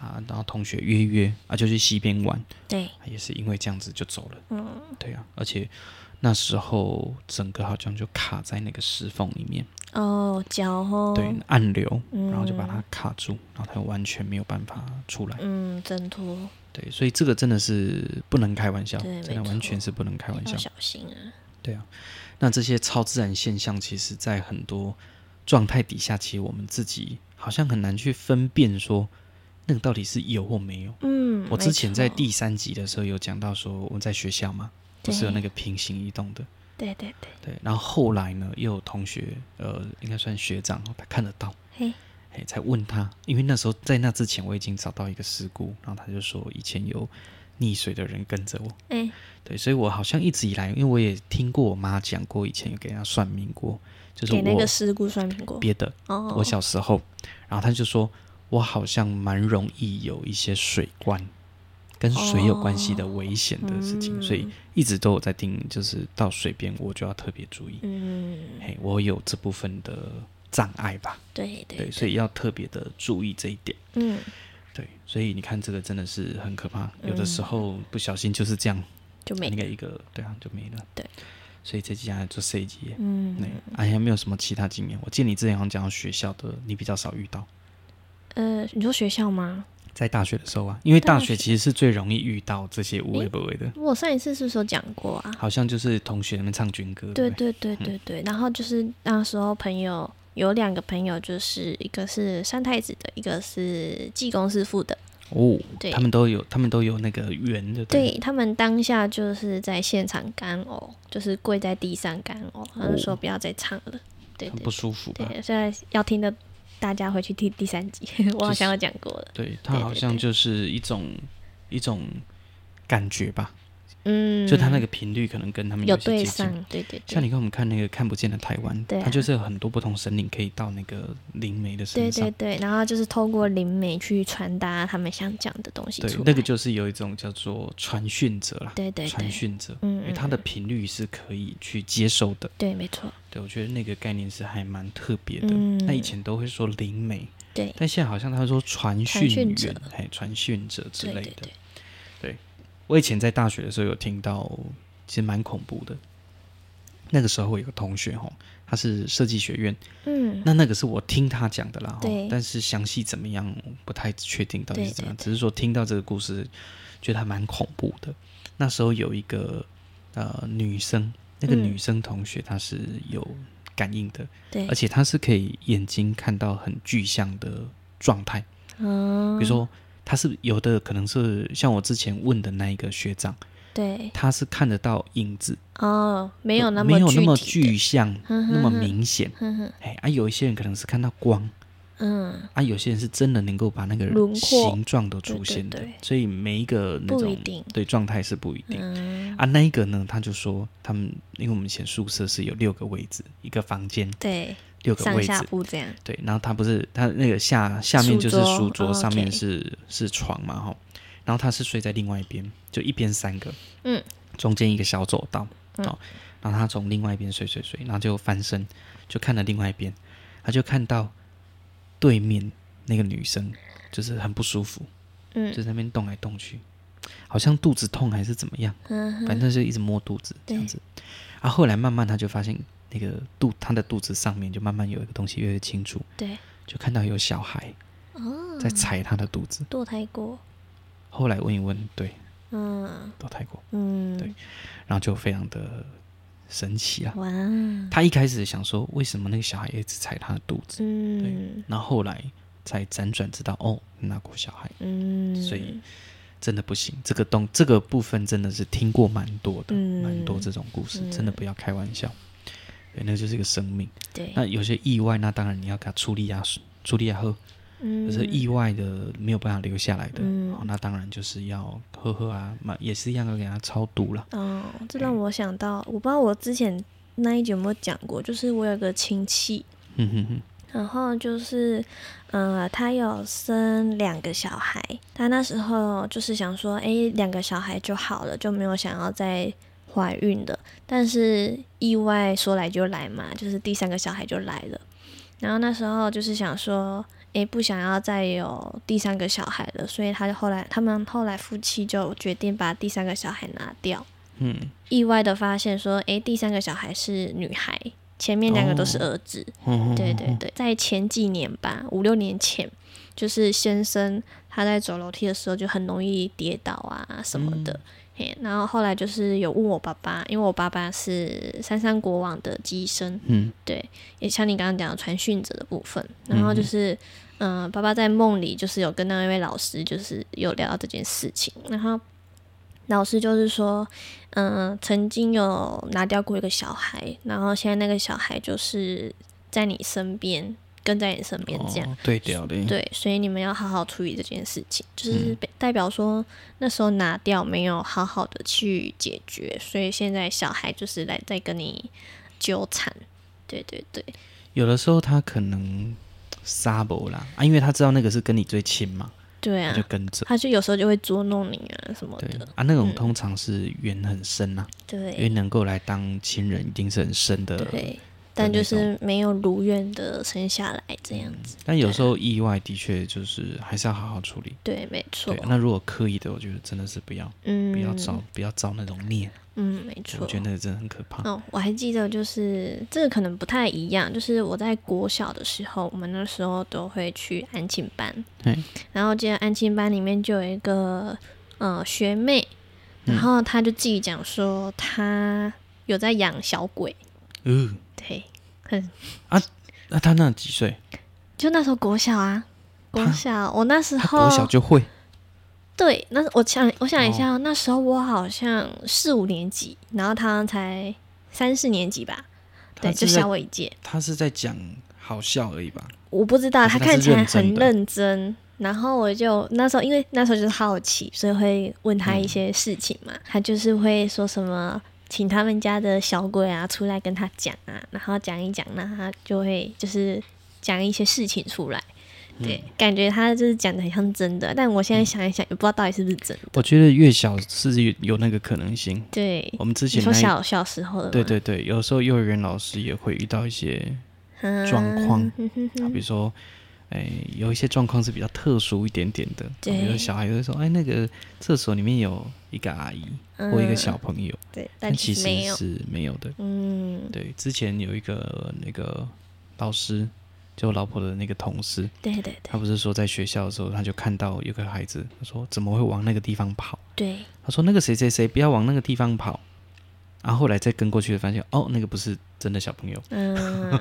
啊，然后同学约一约啊，就去溪边玩，
对，
啊也是因为这样子就走了。
嗯
对啊，而且那时候整个好像就卡在那个石缝里面，
哦，脚哦，
对，暗流，
嗯
然后就把它卡住，然后它完全没有办法出来。
嗯，挣脱
对，所以这个真的是不能开玩笑，
对
真
没
的
错
完全是不能开玩
要
笑。
小心啊，
对啊，那这些超自然现象，其实在很多状态底下，其实我们自己好像很难去分辨说那个到底是有或没有。
嗯，
我之前在
没错，
第三集的时候有讲到说，我们在学校嘛，不是有那个平行移动的，
对对对，
对，然后后来呢，又有同学，呃，应该算学长，哦他看得到，
嘿，
哎，才问他，因为那时候在那之前我已经找到一个事故，然后他就说以前有溺水的人跟着我，
哎，
对，所以我好像一直以来，因为我也听过我妈讲过，以前有给人家算命过，就是
给那个
我
尸骨酸苹果，
别的，
哦，
我小时候，然后他就说我好像蛮容易有一些水关。跟水有关系的危险的事情，
哦嗯
所以一直都有在盯，就是到水边我就要特别注意。
嗯，
嘿，我有这部分的障碍吧，
对对
对，所以要特别的注意这一点。
嗯，
对，所以你看这个真的是很可怕，有
嗯
的时候不小心就是这样，
就没
那，个一个对啊就没了。
对，
所以这集下来做这一集，那
嗯
哎呀没有什么其他经验。我记得你之前好像讲到学校的，你比较少遇到，
呃，你说学校吗？
在大学的时候啊，因为大
大
学
学嗯
其实是最容易遇到这些无
诶
微不微的，
我上一次是不是有讲过啊？
好像就是同学们唱军歌，
对
不
对对对对，然后就是那时候朋友有两个朋友，就是一个是三太子的，一个是济公师傅的。
哦，
对
他们都有，他们都有那个圆的，
对他们当下就是在现场干呕，就是跪在地上干呕，他们说不要再唱了。对
很
对
不舒服啊吧？
对，现在要听的大家回去听第三集， 我好像有讲过了。
对，它
对
好
对
像
对
就是一种一种感觉吧，
嗯，
就它那个频率可能跟他们
有
一些
对
接近。
上，对对
像
对，
你看我们看那个看不见的台湾，
对啊
它就是有很多不同神灵可以到那个灵媒的
对
身
对
上。
对，然后就是透过灵媒去传达他们想讲的东西出来。
那个就是有一种叫做传讯者啦，
对对
传
对，
讯者，
嗯
因为它的频率是可以去接收的。
对，没错，
对，我觉得那个概念是还蛮特别的。
嗯
那以前都会说灵媒，
对
但现在好像他说传
传讯
讯
者
员，哎，传讯者之
对
类
对
的。
对。
我以前在大学的时候有听到，其实蛮恐怖的。那个时候我有个同学吼，他是设计学院，
嗯，
那那个是我听他讲的啦，吼哦
对
但是详细怎么样我不太确定到底是怎么
对
样，
对对
只是说听到这个故事，觉得还蛮恐怖的。那时候有一个呃女生，那个
嗯
女生同学她是有感应的，
对，
而且她是可以眼睛看到很具象的状态，
嗯，
比如说她是有的可能是像我之前问的那一个学长。
对
他是看得到影子，
哦，没有那么
没有那么
具体的
具象，
嗯哼
那么明显。
哼哼，
哎啊，有一些人可能是看到光，
嗯，
啊，有些人是真的能够把那个
轮廓
形状都出现的，
对对对
所以每一个那
不一
种
定，
对状态是不一定、
嗯，
啊。那一个呢，他就说他们，因为我们以前宿舍是有六个位置，一个房间
对，
六个
上
位
下
置，
铺这样，
对。然后他不是他那个下下面就是
书桌
书桌，
哦
上面
OK
是是床嘛哈。然后他是睡在另外一边，就一边三个，
嗯，
中间一个小走道，
嗯
哦，然后他从另外一边睡睡睡，然后就翻身，就看了另外一边，他就看到对面那个女生就是很不舒服，就
嗯，
在那边动来动去，好像肚子痛还是怎么样，
嗯
反正就一直摸肚子这样子。啊，后来慢慢他就发现那个肚，他的肚子上面就慢慢有一个东西越来越清楚，
对，
就看到有小孩
哦，
在踩他的肚子。
堕胎过，
后来问一问，对，
嗯
都泰国，
嗯，
对然后就非常的神奇啊。
哇，
他一开始想说，为什么那个小孩一直踩他的肚子？
嗯
然后后来才辗转知道，哦，那过小孩，
嗯，
所以真的不行。这个东这个部分真的是听过蛮多的，
嗯
蛮多这种故事，
嗯
真的不要开玩笑。对，那就是一个生命。
对，
那有些意外，那当然你要给他出力啊，出力啊喝。
嗯，
可是意外的没有办法留下来的，
嗯
哦，那当然就是要喝喝啊，嘛也是一样要给他超度了。
哦，这
嗯
让我想到，我不知道我之前那一集有没有讲过，就是我有个亲戚，
嗯哼哼，
然后就是，呃，他有生两个小孩，他那时候就是想说，诶，两个小孩就好了，就没有想要再怀孕了。但是意外说来就来嘛，就是第三个小孩就来了。然后那时候就是想说，诶，不想要再有第三个小孩了，所以他就后来他们后来夫妻就决定把第三个小孩拿掉。
嗯
意外的发现说，诶，第三个小孩是女孩，前面两个都是
哦
儿子。
嗯，
对对
嗯，
对，在前几年吧，五六年前，就是先生他在走楼梯的时候就很容易跌倒啊什么的。嘿，然后后来就是有问我爸爸，因为我爸爸是三山国王的机身，
嗯
对，也像你刚刚讲的传讯者的部分。然后就是，嗯、爸爸在梦里就是有跟那一位老师就是有聊到这件事情，然后老师就是说，嗯、曾经有拿掉过一个小孩，然后现在那个小孩就是在你身边，跟在你身边这样。
哦，对掉的，
对，所以你们要好好处理这件事情，就是
嗯
被代表说那时候拿掉没有好好的去解决，所以现在小孩就是来在跟你纠缠。对对对，
有的时候他可能撒博啦，啊，因为他知道那个是跟你最亲嘛，
对
他
啊
就，跟着。
他就有时候就会捉弄你啊什么
对
的。
啊，那种
嗯
通常是缘很深呐、因为
对
能够来当亲人，一定是很深的。
对，但
那
就是没有如愿的生下来这样子。
但有时候
啊
意外的确就是还是要好好处理。
对，没错
嗯对，。那如果刻意的，我觉得真的是不要，
嗯，
不要造，不要造那种孽。
嗯，没错
我。觉得那个真的很可怕。
哦，我还记得，就是这个可能不太一样，就是我在国小的时候，我们那时候都会去安庆班
嘿，
然后记得安庆班里面就有一个呃学妹，
嗯
然后她就自己讲说她有在养小鬼，
嗯，
对，很
呃那他那几岁？
就那时候国小啊，国
她
小，我那时
他
候
国小就会
对，那我想我想一下哦，那时候我好像四五年级，然后她才三四年级吧，对，
他
就是小
在
我一届。
他是在讲好笑而已吧？
我不知道，
还是
他
他
看
是
起来
认真
很
的
认真。然后我就那时候，因为那时候就是好奇，所以会问他
嗯
一些事情嘛。他就是会说什么，请他们家的小鬼啊出来跟他讲啊，然后讲一讲，那他就会就是讲一些事情出来。
嗯
对，感觉他就是讲的很像真的，但我现在想一想，也不知道到底是不是真的。
我觉得越小是有有那个可能性。
对，
我嗯哦们之
你
前
说
那一
小小时候的吗
对对对，有时候幼儿园老师也会遇到一些，
嗯
状 况
哼哼
啊，比
哼
如说，哎，有一些状况是比较特殊一点点的，啊比如
对
说小孩会说，哎，那个厕所里面有一个阿姨或一个
嗯
小朋友，
对，但
但
其
其
实
实
没有。
是没有的。
嗯，
对，之前有一个那个老师，就我老婆的那个同事，
对对对
他不是说在学校的时候，他就看到有个孩子，他说怎么会往那个地方跑？
对，
他说那个谁谁谁不要往那个地方跑。然后后来再跟过去，发现哦，那个不是真的小朋友，
嗯。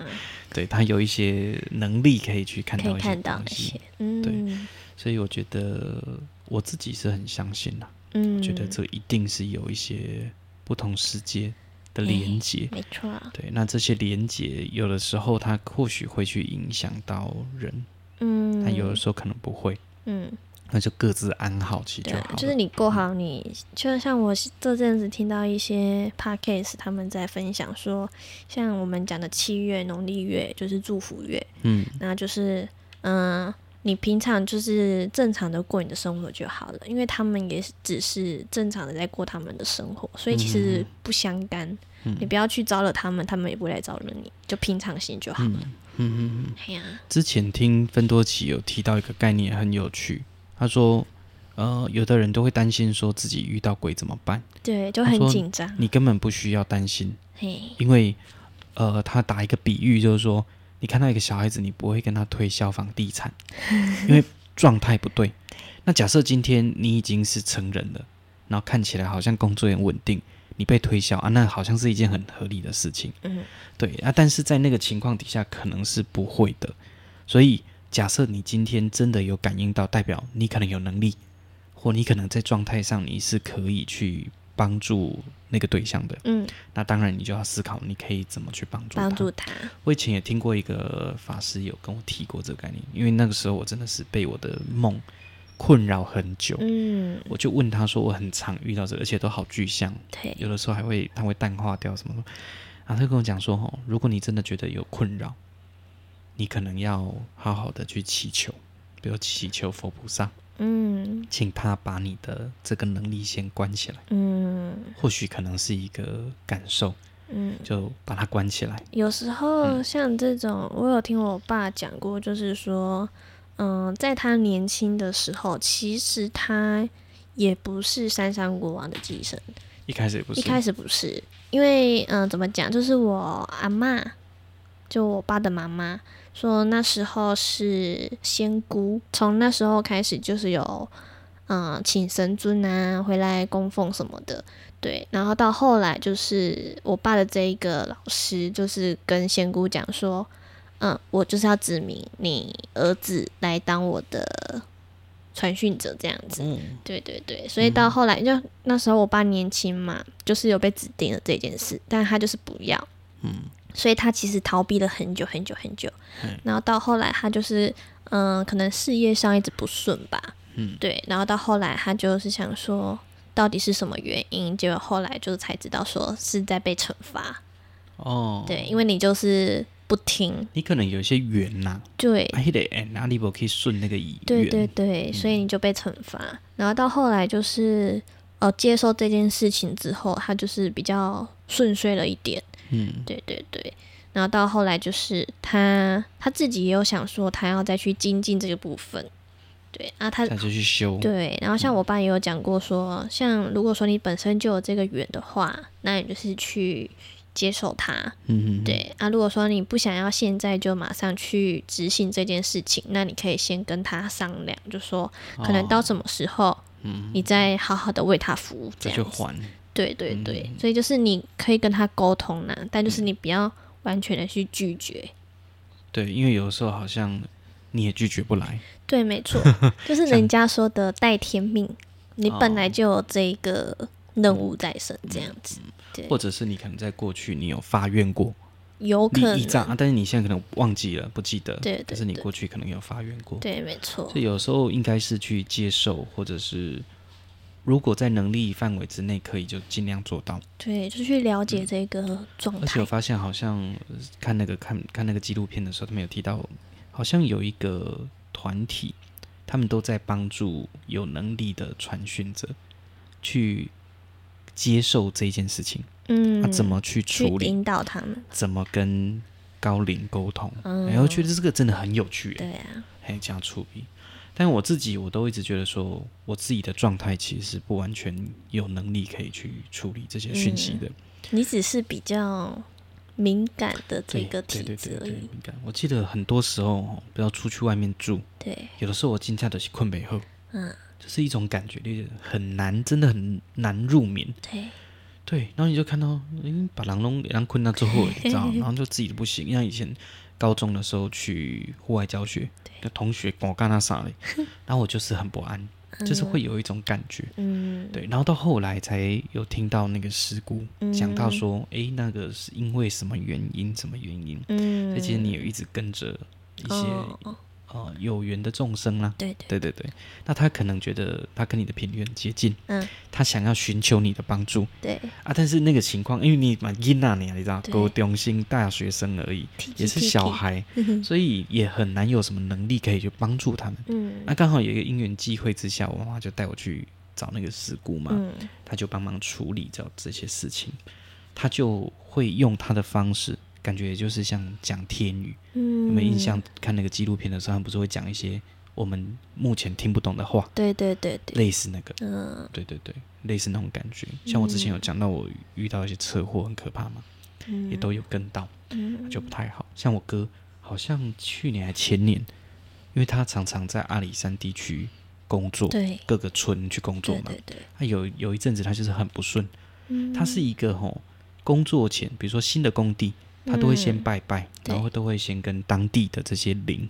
对他有一些能力可以去看
可
到
以
一些
看到
东
那
西
些，，嗯，
所以我觉得我自己是很相信啦，
嗯，
我觉得这一定是有一些不同世界的连接，
没错啊，
对，那这些连接有的时候它或许会去影响到人，
嗯，
但有的时候可能不会，
嗯，
那就各自安好其实
对
就
啊
好了。嗯
就是你过好你，就像我这阵子听到一些 podcast 他们在分享说，像我们讲的七月农历月就是祝福月，
嗯，
那就是嗯、呃你平常就是正常的过你的生活就好了，因为他们也是只是正常的在过他们的生活，所以其实不相干，
嗯
你不要去招惹他们，他们也不会来招惹你，就平常心就好了。
嗯嗯嗯。
哎呀，
之前听芬多奇有提到一个概念很有趣，他说，呃，有的人都会担心说自己遇到鬼怎么办，
对，就
他
很
说
紧张。
你根本不需要担心，
嘿，
因为，呃，他打一个比喻就是说，你看到一个小孩子，你不会跟他推销房地产，因为状态不对。那假设今天你已经是成人了，然后看起来好像工作也稳定，你被推销啊，那好像是一件很合理的事情。
嗯，
对啊，但是在那个情况底下，可能是不会的。所以，假设你今天真的有感应到，代表你可能有能力，或你可能在状态上你是可以去帮助那个对象的，
嗯，
那当然你就要思考你可以怎么去帮助他。
帮助他，
我以前也听过一个法师有跟我提过这个概念，因为那个时候我真的是被我的梦困扰很久，
嗯，
我就问他说我很常遇到这个而且都好具象，
对，
有的时候还会它会淡化掉什么的。然后他就跟我讲说，哦，如果你真的觉得有困扰，你可能要好好的去祈求，比如祈求佛菩萨，
嗯
请他把你的这个能力先关起来。
嗯
或许可能是一个感受，
嗯，
就把它关起来。
有时候
嗯
像这种，我有听我爸讲过，就是说，嗯，在他年轻的时候，其实他也不是三山国王的寄生，
一开始也不是，
一开始不是，因为嗯、呃怎么讲，就是我阿妈，就我爸的妈妈说那时候是仙姑，从那时候开始就是有嗯、呃请神尊啊回来供奉什么的，对，然后到后来就是我爸的这一个老师，就是跟仙姑讲说，嗯，我就是要指明你儿子来当我的传讯者这样子，
嗯，
对对对，所以到后来就那时候我爸年轻嘛，就是有被指定了这件事，但他就是不要，
嗯，
所以他其实逃避了很久很久很久
嗯，
然后到后来他就是嗯、可能事业上一直不顺吧，
嗯，
对，然后到后来他就是想说到底是什么原因，结果后来就是才知道说是在被惩罚，
哦，
对，，因为你就是不听，
你可能有一些缘呐、
对，
啊，还得哎，哪里不可以顺那个缘？
对对对，所以你就被惩罚。然后到后来就是，呃，接受这件事情之后，他就是比较顺遂了一点。
嗯，
对对对。然后到后来就是他他自己也有想说，他要再去精进这个部分。对啊，他
下次去修，
对，然后像我爸也有讲过说，像如果说你本身就有这个缘的话，那你就是去接受它。
嗯嗯，，
对啊，如果说你不想要现在就马上去执行这件事情，那你可以先跟他商量，就说
哦
可能到什么时候，
嗯
你再好好的为他服务，这
这
样
就嗯
子
还，
对对对，所以就是你可以跟他沟通啦，但就是你不要完全的去拒绝。
对，因为有的时候好像你也拒绝不来，
对，没 错，就是人家说的带天命，你本来就有这一个任务在身，这样子
嗯
对
或者是你可能在过去你有发愿过，
有可
你
能
一仗、啊，但是你现在可能忘记了，不记得，
对对
但是你
对
过去可能有发愿过，
对，没错
所，以有时候应该是去接受，或者是如果在能力范围之内可以，就尽量做到。
对，就去了解这个状
嗯而且
态
我，发现好像呃看那个看看那个纪录片的时候，他们有提到，好像有一个团体，他们都在帮助有能力的传讯者去接受这件事情，
嗯
他、，怎么去
去
处理，
引导他们，
怎么跟高龄沟通。
嗯
然后觉得这个真的很有趣，
对啊，
还有这样触笔。但我自己，我都一直觉得说，我自己的状态其实是不完全有能力可以去处理这些讯
嗯
息的。
你只是比较敏感的这
对
个体
对对
质
对
而
对，
已，
敏感。我记得很多时候哦，不要出去外面住，
对，
有的时候我进家的是困美后，
嗯，
就是一种感觉，就是很难，真的很难入眠。
对，
对，然后你就看到，嗯，把狼龙狼困到之后，你知道， 然后就自己都不行。像以前高中的时候去户外教学，那同学我干那 啥嘞，然后我就是很不安，就是会有一种感觉。
嗯，
对，然后到后来才有听到那个师姑
嗯
讲到说，诶，那个是因为什么原因，什么原因？
嗯，
所以其实你有一直跟着一些、
哦哦，
呃有缘的众生啦、
对对，
对对对，那他可能觉得他跟你的频率很接近，
嗯，
他想要寻求你的帮助
对，
啊，但是那个情况，因为你蛮阴啊，你啊，你知道，
对
高中心大学生而已，
提起
也是
提
小
起
孩，
嗯
所以也很难有什么能力可以去帮助他们。
嗯
那刚好有一个因缘机会之下，我妈妈就带我去找那个师姑嘛，
嗯
他就帮忙处理掉这些事情，他就会用他的方式，感觉也就是像讲天语。
嗯，
有没有印？象？看那个纪录片的时候，他们不是会讲一些我们目前听不懂的话，
对对对对，
类似那个，
嗯
对对对，类似那种感觉。像我之前有讲到，我遇到一些车祸很可怕嘛，
嗯，
也都有跟到，
嗯
就不太好。像我哥，好像去年还前年，因为他常常在阿里山地区工作，
对
各个村去工作
对
嘛
对。对，
他有有一阵子他就是很不顺，
嗯
他是一个吼、工作前，比如说新的工地，他都会先
嗯
拜拜，
对
然后都会先跟当地的这些啊灵，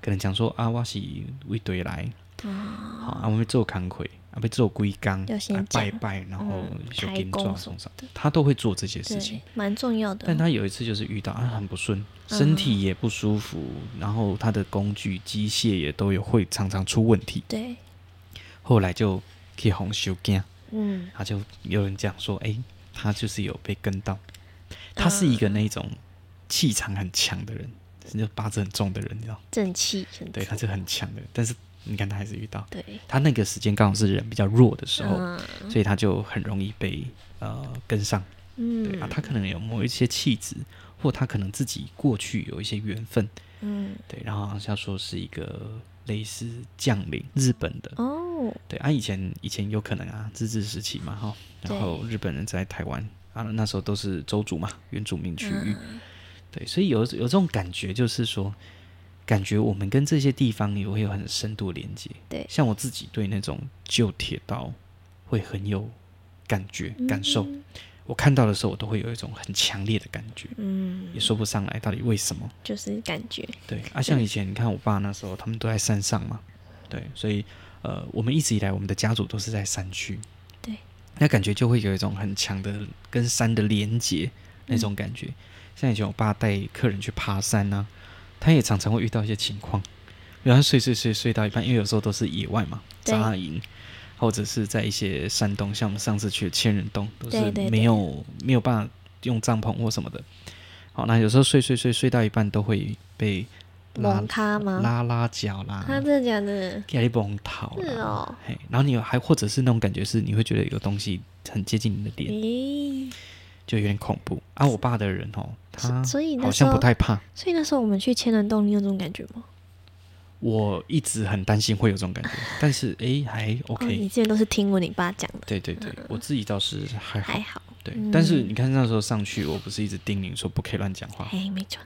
可能讲说啊，我是为队来，好、啊，我们做扛魁，啊，被做龟缸
哦要先
啊拜
讲
拜，然后
嗯
修
开
金
工
状
什
送
么
上
的，
他都会做这些事情
对。，嗯蛮重要的。
但他有一次就是遇到啊很不顺，身体也不舒服，然后他的工具机械也都有会常常出问题。
对，
后来就去红修干，
嗯，
他就有人讲说，哎、他就是有被跟到，
嗯
他是一个那种气场很强的人，就八字很重的人，你知道，
正气很
对，他是很强的人，但是你看他还是遇到，
对，
他那个时间刚好是人比较弱的时候，
嗯
所以他就很容易被呃跟上。对啊，
嗯
他可能有某一些气质，或他可能自己过去有一些缘分，
嗯，
对，然后好像说是一个类似将领日本的，
哦，
对啊，以前以前有可能啊，日治时期嘛哈，然后日本人在台湾啊，那时候都是州主嘛，原住民区
嗯
域，对，所以有有这种感觉，就是说。感觉我们跟这些地方也会有很深度的连接，
对
像我自己对那种旧铁道会很有感觉、感受，我看到的时候，我都会有一种很强烈的感觉，
嗯，
也说不上来到底为什么。
就是感觉，
对啊，像以前你看我爸那时候，他们都在山上嘛，对，所以呃，我们一直以来我们的家族都是在山区，
对，
那感觉就会有一种很强的跟山的连结
嗯
那种感觉。像以前我爸带客人去爬山呢、他也常常会遇到一些情况，比方睡睡睡睡到一半，因为有时候都是野外嘛，
对
扎营。或者是在一些山洞，像我们上次去的千人洞，都是
对对对
没有没有办法用帐篷或什么的。好，那有时候睡睡睡睡到一半都会被拉
蒙他吗？
拉拉脚
嗯
啦，
他真的假的？
给你崩逃
是
啦。
哦，
嘿，然后你有还或者是那种感觉是你会觉得有个东西很接近你的脸，
咦，
就有点恐怖。啊，我爸的人哦，他
所以那
好
时
像
候
不，太怕，
所以那时候我们去千人洞，你有这种感觉吗？
我一直很担心会有 这种感觉，但是诶，还
哦，你
OK。
之前都是听过你爸讲的，
对对对，我自己倒是还好
还。好，
对，
嗯
但是你看那时候上去，我不是一直叮咛说不可以乱讲话，
嘿，哎没错，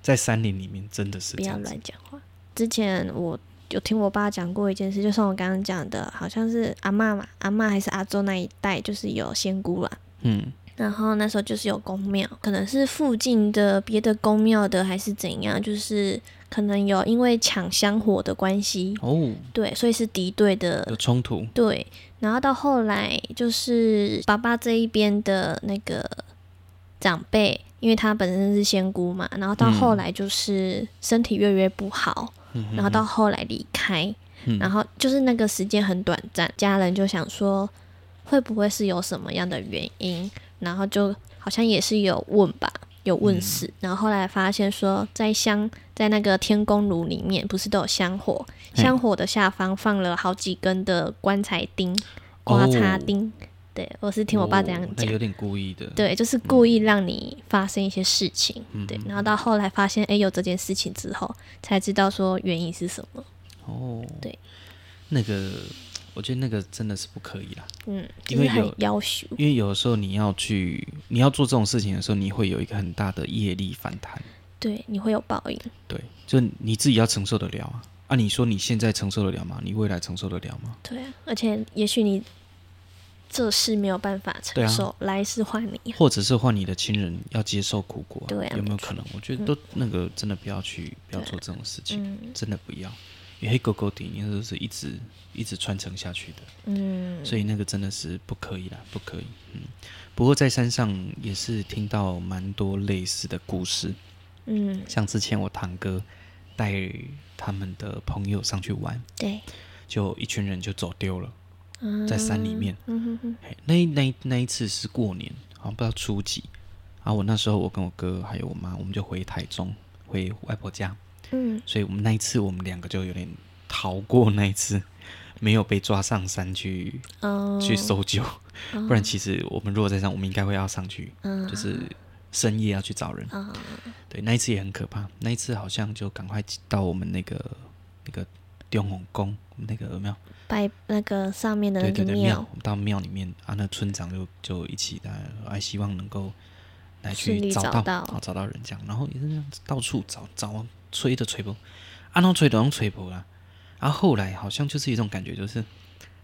在山林里面真的是
不
这
要
样子。
乱讲话。之前我有听我爸讲过一件事，就像我刚刚讲的，好像是阿嬷嘛，阿嬷还是阿周那一带，就是有仙姑啦。
嗯，
然后那时候就是有公庙，可能是附近的别的公庙的，还是怎样，就是可能有因为抢香火的关系，
哦，
对，所以是敌对的
有冲突，
对。然后到后来就是爸爸这一边的那个长辈，因为他本身是仙姑嘛，然后到
嗯
后来就是身体越来越不好，
嗯
然后到后来离开，
嗯
然后就是那个时间很短暂，家人就想说会不会是有什么样的原因，然后就好像也是有问吧，有
嗯
问世，然后后来发现说在香在那个天宫炉里面不是都有香火，
嗯
香火的下方放了好几根的棺材钉、刮擦
哦
钉，对我是听我爸这样
哦那
讲。
有点故意的。
对，就是故意让你发生一些事情，
嗯
对，然后到后来发现，哎，有这件事情之后，才知道说原因是什么，
哦，
对，
那个我觉得那个真的是不可以啦，
嗯，就是
因为
很
有
要求，
因为有的时候你要去你要做这种事情的时候，你会有一个很大的业力反弹，
对，你会有报应，
对，就你自己要承受得了啊。啊，你说你现在承受得了吗？你未来承受得了吗？
对啊，而且也许你这事没有办法承
对啊
受，来世换你，
或者是换你的亲人要接受苦果、
对啊
有没有
没
可能？我觉得都那个真的不要去，不要做这种事情，
嗯
真的不要。因为黑狗狗底，你都是一直一直传承下去的。
嗯，
所以那个真的是不可以啦，不可以。嗯，不过在山上也是听到蛮多类似的故事，
嗯，
像之前我堂哥带他们的朋友上去玩，
对，
就一群人就走丢了，
嗯
在山里面。
嗯哼哼，
嘿那一那一那一次是过年，好像不知道初几。啊，我那时候我跟我哥还有我妈，我们就回台中，回外婆家，
嗯，
所以我们那一次我们两个就有点逃过那一次，没有被抓上山去
哦，
去搜救，不然其实我们如果在上，我们应该会要上去，
嗯
就是深夜要去找人。
啊，
对，那一次也很可怕，那一次好像就赶快到我们那个那个雕红宫那个有没有？
拜那个上面的
对
那
对
个
对，
庙
庙，我们到庙里面啊，那村长就就一起来，还希望能够来
顺
去
利
找
找
到，
到
啊找到人这样，然后也是这样子到处找找啊，吹都吹不，啊，那吹都能吹不啦。然后后来好像就是一种感觉，就是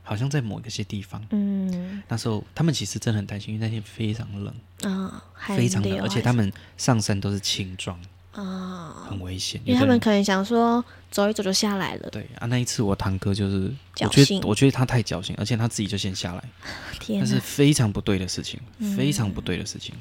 好像在某一些地方，
嗯
那时候他们其实真的很担心，因为那天非常冷，
啊，还
非常
有
冷，而且他们上身都是轻装，
啊、
很危险。
因为
有
他
的
们
人
可能想说走一走就下来了，
对啊，那一次我堂哥就是，
侥
我觉
幸
得我觉得他太侥幸，而且他自己就先下来，
天
那
哪
是非常不对的事情，
嗯
非常不对的事情。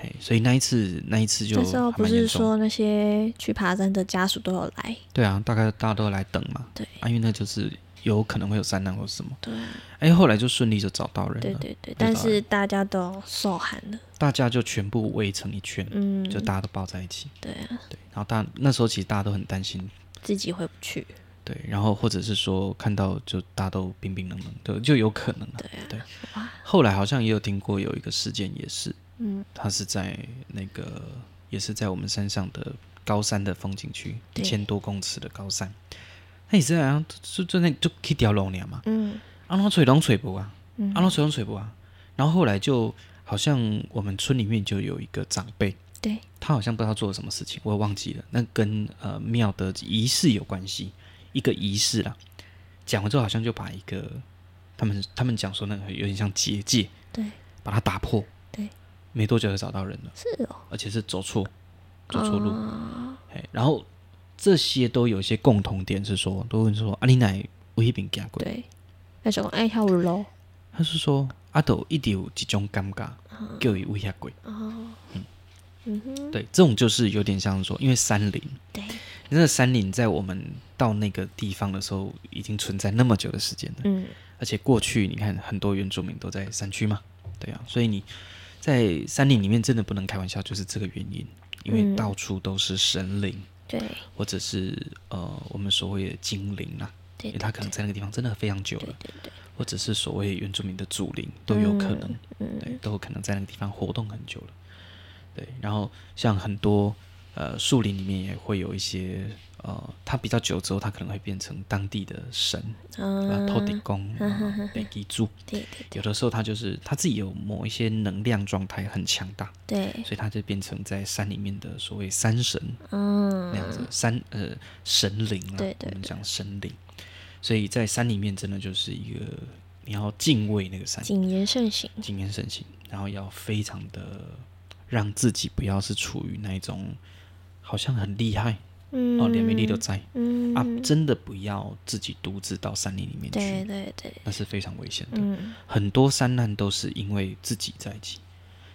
嘿，所以那一次那一次就
那时候
还
不
蛮
是
严重。
说那些去爬山的家属都有来？
对啊，大概大家都来等嘛。
对
啊，因为那就是有可能会有灾难或什么。
对
哎，后来就顺利就找到人了，
对对对，但是大家都受寒了。
大家就全部围成一圈，
嗯，
就大家都抱在一起。
对啊，
对，然后大那时候其实大家都很担心，
自己回不去。
对，然后或者是说看到就大家都冰冰冷冷，就就有可能了。
对啊，
对
哇，
后来好像也有听过有一个事件，也是
嗯，
它是在那个也是在我们山上的高山的风景区，一
对
千多公尺的高山，那也是啊，就就那就去掉龙年嘛，
嗯
啊，龙水龙水不啊，
嗯
啊，龙水龙水不啊，然后后来就好像我们村里面就有一个长辈，
对，
他好像不知道做了什么事情，我也忘记了。那跟呃庙的仪式有关系，一个仪式啦。讲完之后，好像就把一个他们他们讲说那个有点像结界，
对，
把它打破。
对，
没多久就找到人了，
是哦，
而且是走错走错路。
啊
哎、然后这些都有一些共同点是说，都会说阿丽奶我一边行过，
对，那哎种爱跳舞喽。
他是说阿斗一直有一种尴尬，
啊
叫伊威吓鬼。
哦，嗯哼，
对，这种就是有点像是说，因为山林。
对，
那个山林在我们到那个地方的时候，已经存在那么久的时间了。
嗯，
而且过去你看，很多原住民都在山区嘛，对啊，所以你在山林里面真的不能开玩笑，就是这个原因，因为
嗯
到处都是神灵，
对，
或者是呃我们所谓的精灵啊，
对
因为他可能在那个地方真的非常久
对
了，
对对，
或者是所谓原住民的祖灵都有可能，
嗯
对，都有可能在那个地方活动很久了。对，然后像很多呃树林里面也会有一些呃，它比较久之后，它可能会变成当地的神，啊，
嗯，
托底公、啊北极猪，
对对
有的时候它就是它自己有某一些能量状态很强大，
对，
所以它就变成在山里面的所谓山神
嗯
那，样子，山呃神灵啊，
对对
我们讲神灵，所以在山里面真的就是一个你要敬畏那个山，
谨言慎行。
谨言慎行，然后要非常的让自己不要是处于那一种好像很厉害
嗯，
哦，连魅力都在、
嗯
啊，真的不要自己独自到山林里面
对
去，
对对，
那是非常危险的。
嗯，
很多山难都是因为自己在一起，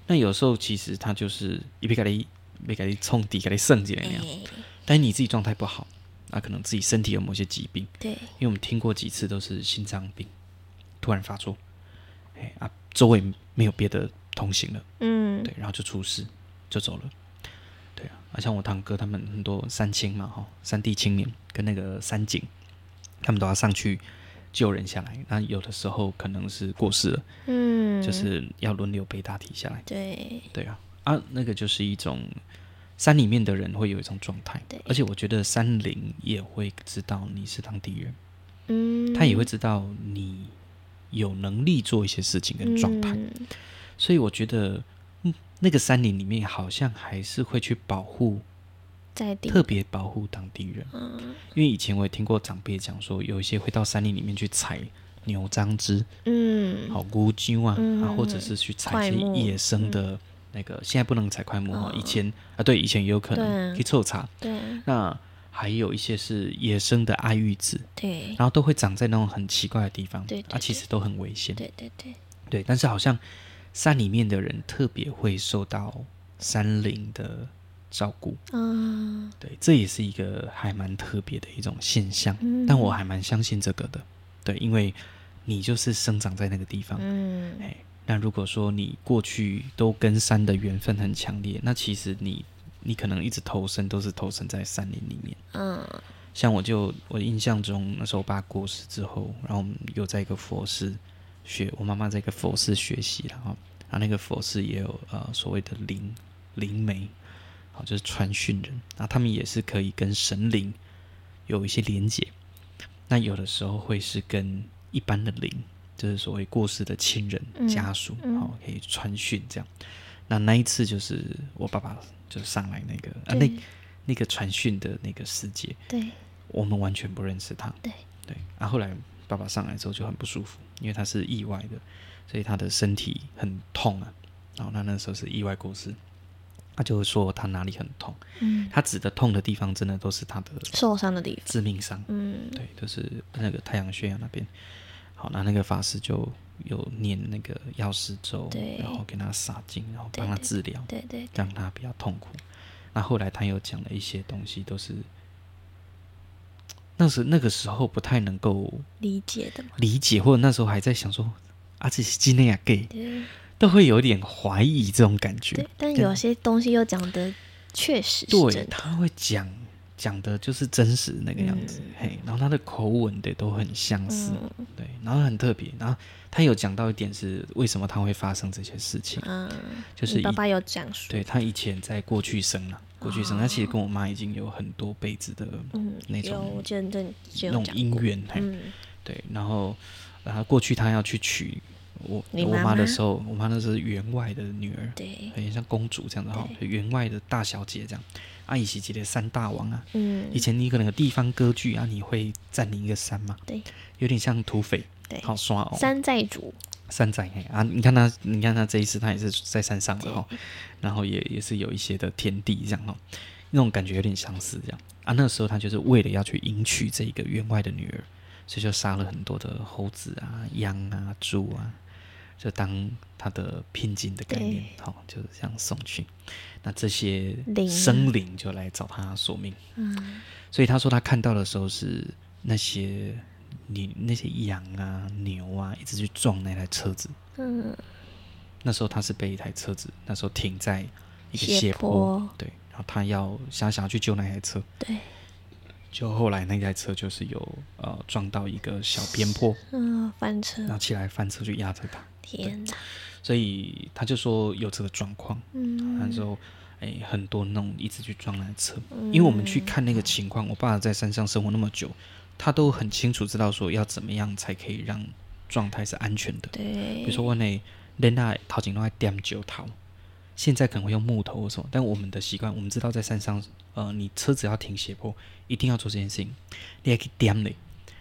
那有时候其实他就是一边给你被给你冲底给你剩起来那样，
哎
但你自己状态不好，那、可能自己身体有某些疾病，
对，
因为我们听过几次都是心脏病突然发作，哎啊，周围没有别的同行了。
嗯，
对，然后就出事，就走了。对啊，啊像我堂哥他们很多山青嘛，哈，山地青年跟那个山警，他们都要上去救人下来。那有的时候可能是过世了，
嗯，
就是要轮流背大体下来。
对，
对啊，啊，那个就是一种山里面的人会有一种状态
对，
而且我觉得山林也会知道你是当地人，
嗯，
他也会知道你有能力做一些事情跟状态。
嗯
所以我觉得，嗯，那个山林里面好像还是会去保护，
在地，
特别保护当地人，
嗯
因为以前我也听过长辈讲说，有一些会到山林里面去采牛樟芝、
嗯，
好乌鸠啊，
嗯
啊，或者是去采
快
一些
木嗯哦
野生的那个，现在不能采快木哈，以前啊，对，以前也有可
对
能
啊
去凑茶，
对啊
那还有一些是野生的爱玉子。
对
然后都会长在那种很奇怪的地方，
对对
啊，其实都很危险。
对对对，
对，但是好像山里面的人特别会受到山林的照顾，
嗯
对，这也是一个还蛮特别的一种现象。
嗯，
但我还蛮相信这个的，对，因为你就是生长在那个地方，
嗯
哎，那如果说你过去都跟山的缘分很强烈，那其实你你可能一直投身都是投身在山林里面。
嗯
像我就我印象中那时候我爸过世之后，然后我们有在一个佛寺学，我妈妈在一个佛寺学习，然后然后那个佛寺也有呃所谓的灵灵媒，好就是传讯人，然后他们也是可以跟神灵有一些连结，那有的时候会是跟一般的灵，就是所谓过世的亲人、
嗯
家属，好、
嗯
可以传讯这样。那那一次就是我爸爸就上来那个啊那
对
那个传讯的那个师姐，
对
我们完全不认识他。
对
对，啊，后来爸爸上来之后就很不舒服，因为他是意外的，所以他的身体很痛啊。然后他那时候是意外过世，他就会说他哪里很痛，
嗯，
他指的痛的地方真的都是他的
受伤的地方，
致命伤，
嗯，
对，就是那个太阳穴啊那边。好，那那个法师就有念那个药师咒，
对
然后给他洒净，然后帮
对
他
对
治疗，
对对，
让他比较痛苦。那后来他又讲了一些东西，都是那时那个时候不太能够
理解的嘛，
理解，或者那时候还在想说啊，这是今天啊 gay，
对
都会有点怀疑这种感觉
对。，但
对
有些东西又讲的确实是
对
真，的，
他会讲讲的就是真实那个样子，嘿，然后他的口吻的都很相似，
嗯
对，然后很特别。然后他有讲到一点是为什么他会发生这些事情，
嗯，
就是
你爸哦
以
爸有讲说，
对他以前在过去生啊，过去生，他其实跟我妈已经有很多辈子的
嗯，
那
有，
种
我记得你对你
那
就有
种
讲
姻
过，
缘，嘿，
嗯，
对，然后然后过去他要去娶我
你
我
妈
妈的
妈
时候，我妈那时候是员外的女儿，
对，
很像公主这样子哈，员外的大小姐这样，啊阿姨是级的三大王啊。
嗯
以，前你可能有地方歌剧啊，你会占领一个山嘛，
对
有点像土匪，
对，
好刷哦，
山寨主，
山寨嘿啊！你看他，你看他这一次他也是在山上的哦，然后也也是有一些的田地这样哦，那种感觉有点相似这样啊。那时候他就是为了要去迎娶这个员外的女儿，所以就杀了很多的猴子啊、羊啊、猪啊，就当他的聘金的概念，好、就是这样送去。那这些
灵
生灵就来找他索命，
嗯，
所以他说他看到的时候是那些你那些羊啊、牛啊一直去撞那台车子。
嗯，
那时候他是被一台车子，那时候停在一个
斜
斜
坡
对，然后他要想想要去救那台车，
对，
就后来那台车就是有呃撞到一个小边坡，
嗯，翻车
然，后起来翻车去压着他，
天哪，
所以他就说有这个状况，那
嗯
时候。哎，很多那种一直去撞那台车，因为我们去看那个情况，我爸在山上生活那么久，他都很清楚知道说要怎么样才可以让状态是安全的。比
对，
如说我呢，人那头前都爱点酒头，现在可能会用木头或什么，但我们的习惯，我们知道在山上，呃，你车子要停斜坡，一定要做这件事情，你还可以点嘞，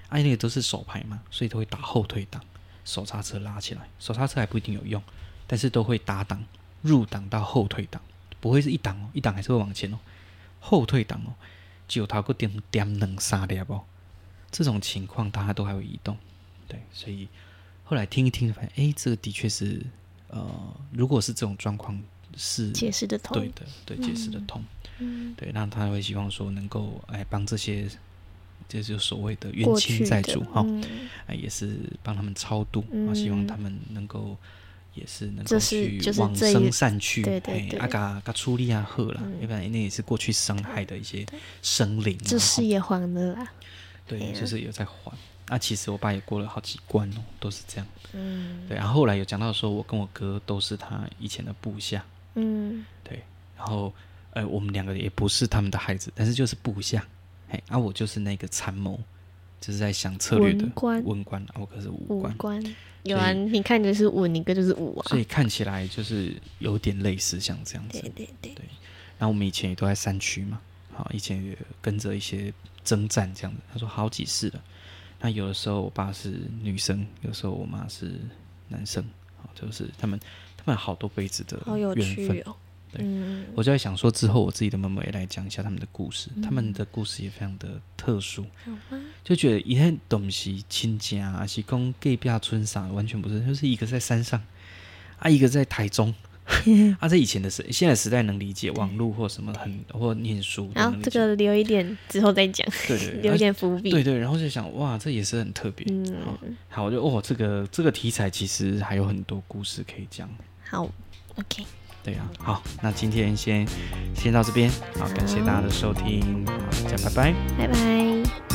啊，那个都是手排嘛，所以都会打后退档，手刹车拉起来，手刹车还不一定有用，但是都会打档，入档到后退档，不会是一档哦，一档还是会往前哦，后退档哦，九头个点点两三粒哦，这种情况大家都还会移动，对，所以。后来听一听，发现哎，诶这个的确是，呃，如果是这种状况是
解释得通
对，的，对解释的通，
嗯，
对，那他会希望说能够哎帮这些，这就是所谓的冤
过去
亲债
的
主，哈、
嗯
哎也是帮他们超度，啊、希望他们能够也是能够
这是
去
就是
往
这一
生善去，
对对
哎
对嗯
啊嘎嘎出力啊赫啦，要不然那也是过去伤害的一些生灵啊，
这
吼
事也黄了啦，
对，就是有在还。那、其实我爸也过了好几关哦，都是这样。
嗯
对，然后后来有讲到说，我跟我哥都是他以前的部下，
嗯，
对，然后呃，我们两个也不是他们的孩子，但是就是部下，嘿，啊，我就是那个参谋，就是在想策略的
文官
文官，啊，我哥是武
五
官，
官有啊，你看你就是五，你哥就是五啊
所，以看起来就是有点类似像这样子
对。对对，
然后我们以前也都在山区嘛，好，以前也跟着一些征战这样子，他说好几次了。那有的时候我爸是女生，有时候我妈是男生，好，就是他们他们好多辈子的
好有
缘分
趣。哦，
对
嗯，
我就在想说，之后我自己的妈妈也来讲一下他们的故事，他们的故事也非常的特殊，
好吗？
就觉得一些东西亲家啊，还是公隔壁村啥，完全不是，就是一个在山上，啊，一个在 台中，啊，这以前的时，现在时代能理解，网络或什么很或念书都
然后
能理
这
解，
个留一点之后再讲，
对对对
留一点伏笔，嗯
对对，然后就想哇，这也是很特别，好，好，我就哦，这个这个题材其实还有很多故事可以讲，
好，OK，
对啊，好，那今天先先到这边，好，感谢大家的收听，好，大家拜拜。
拜拜。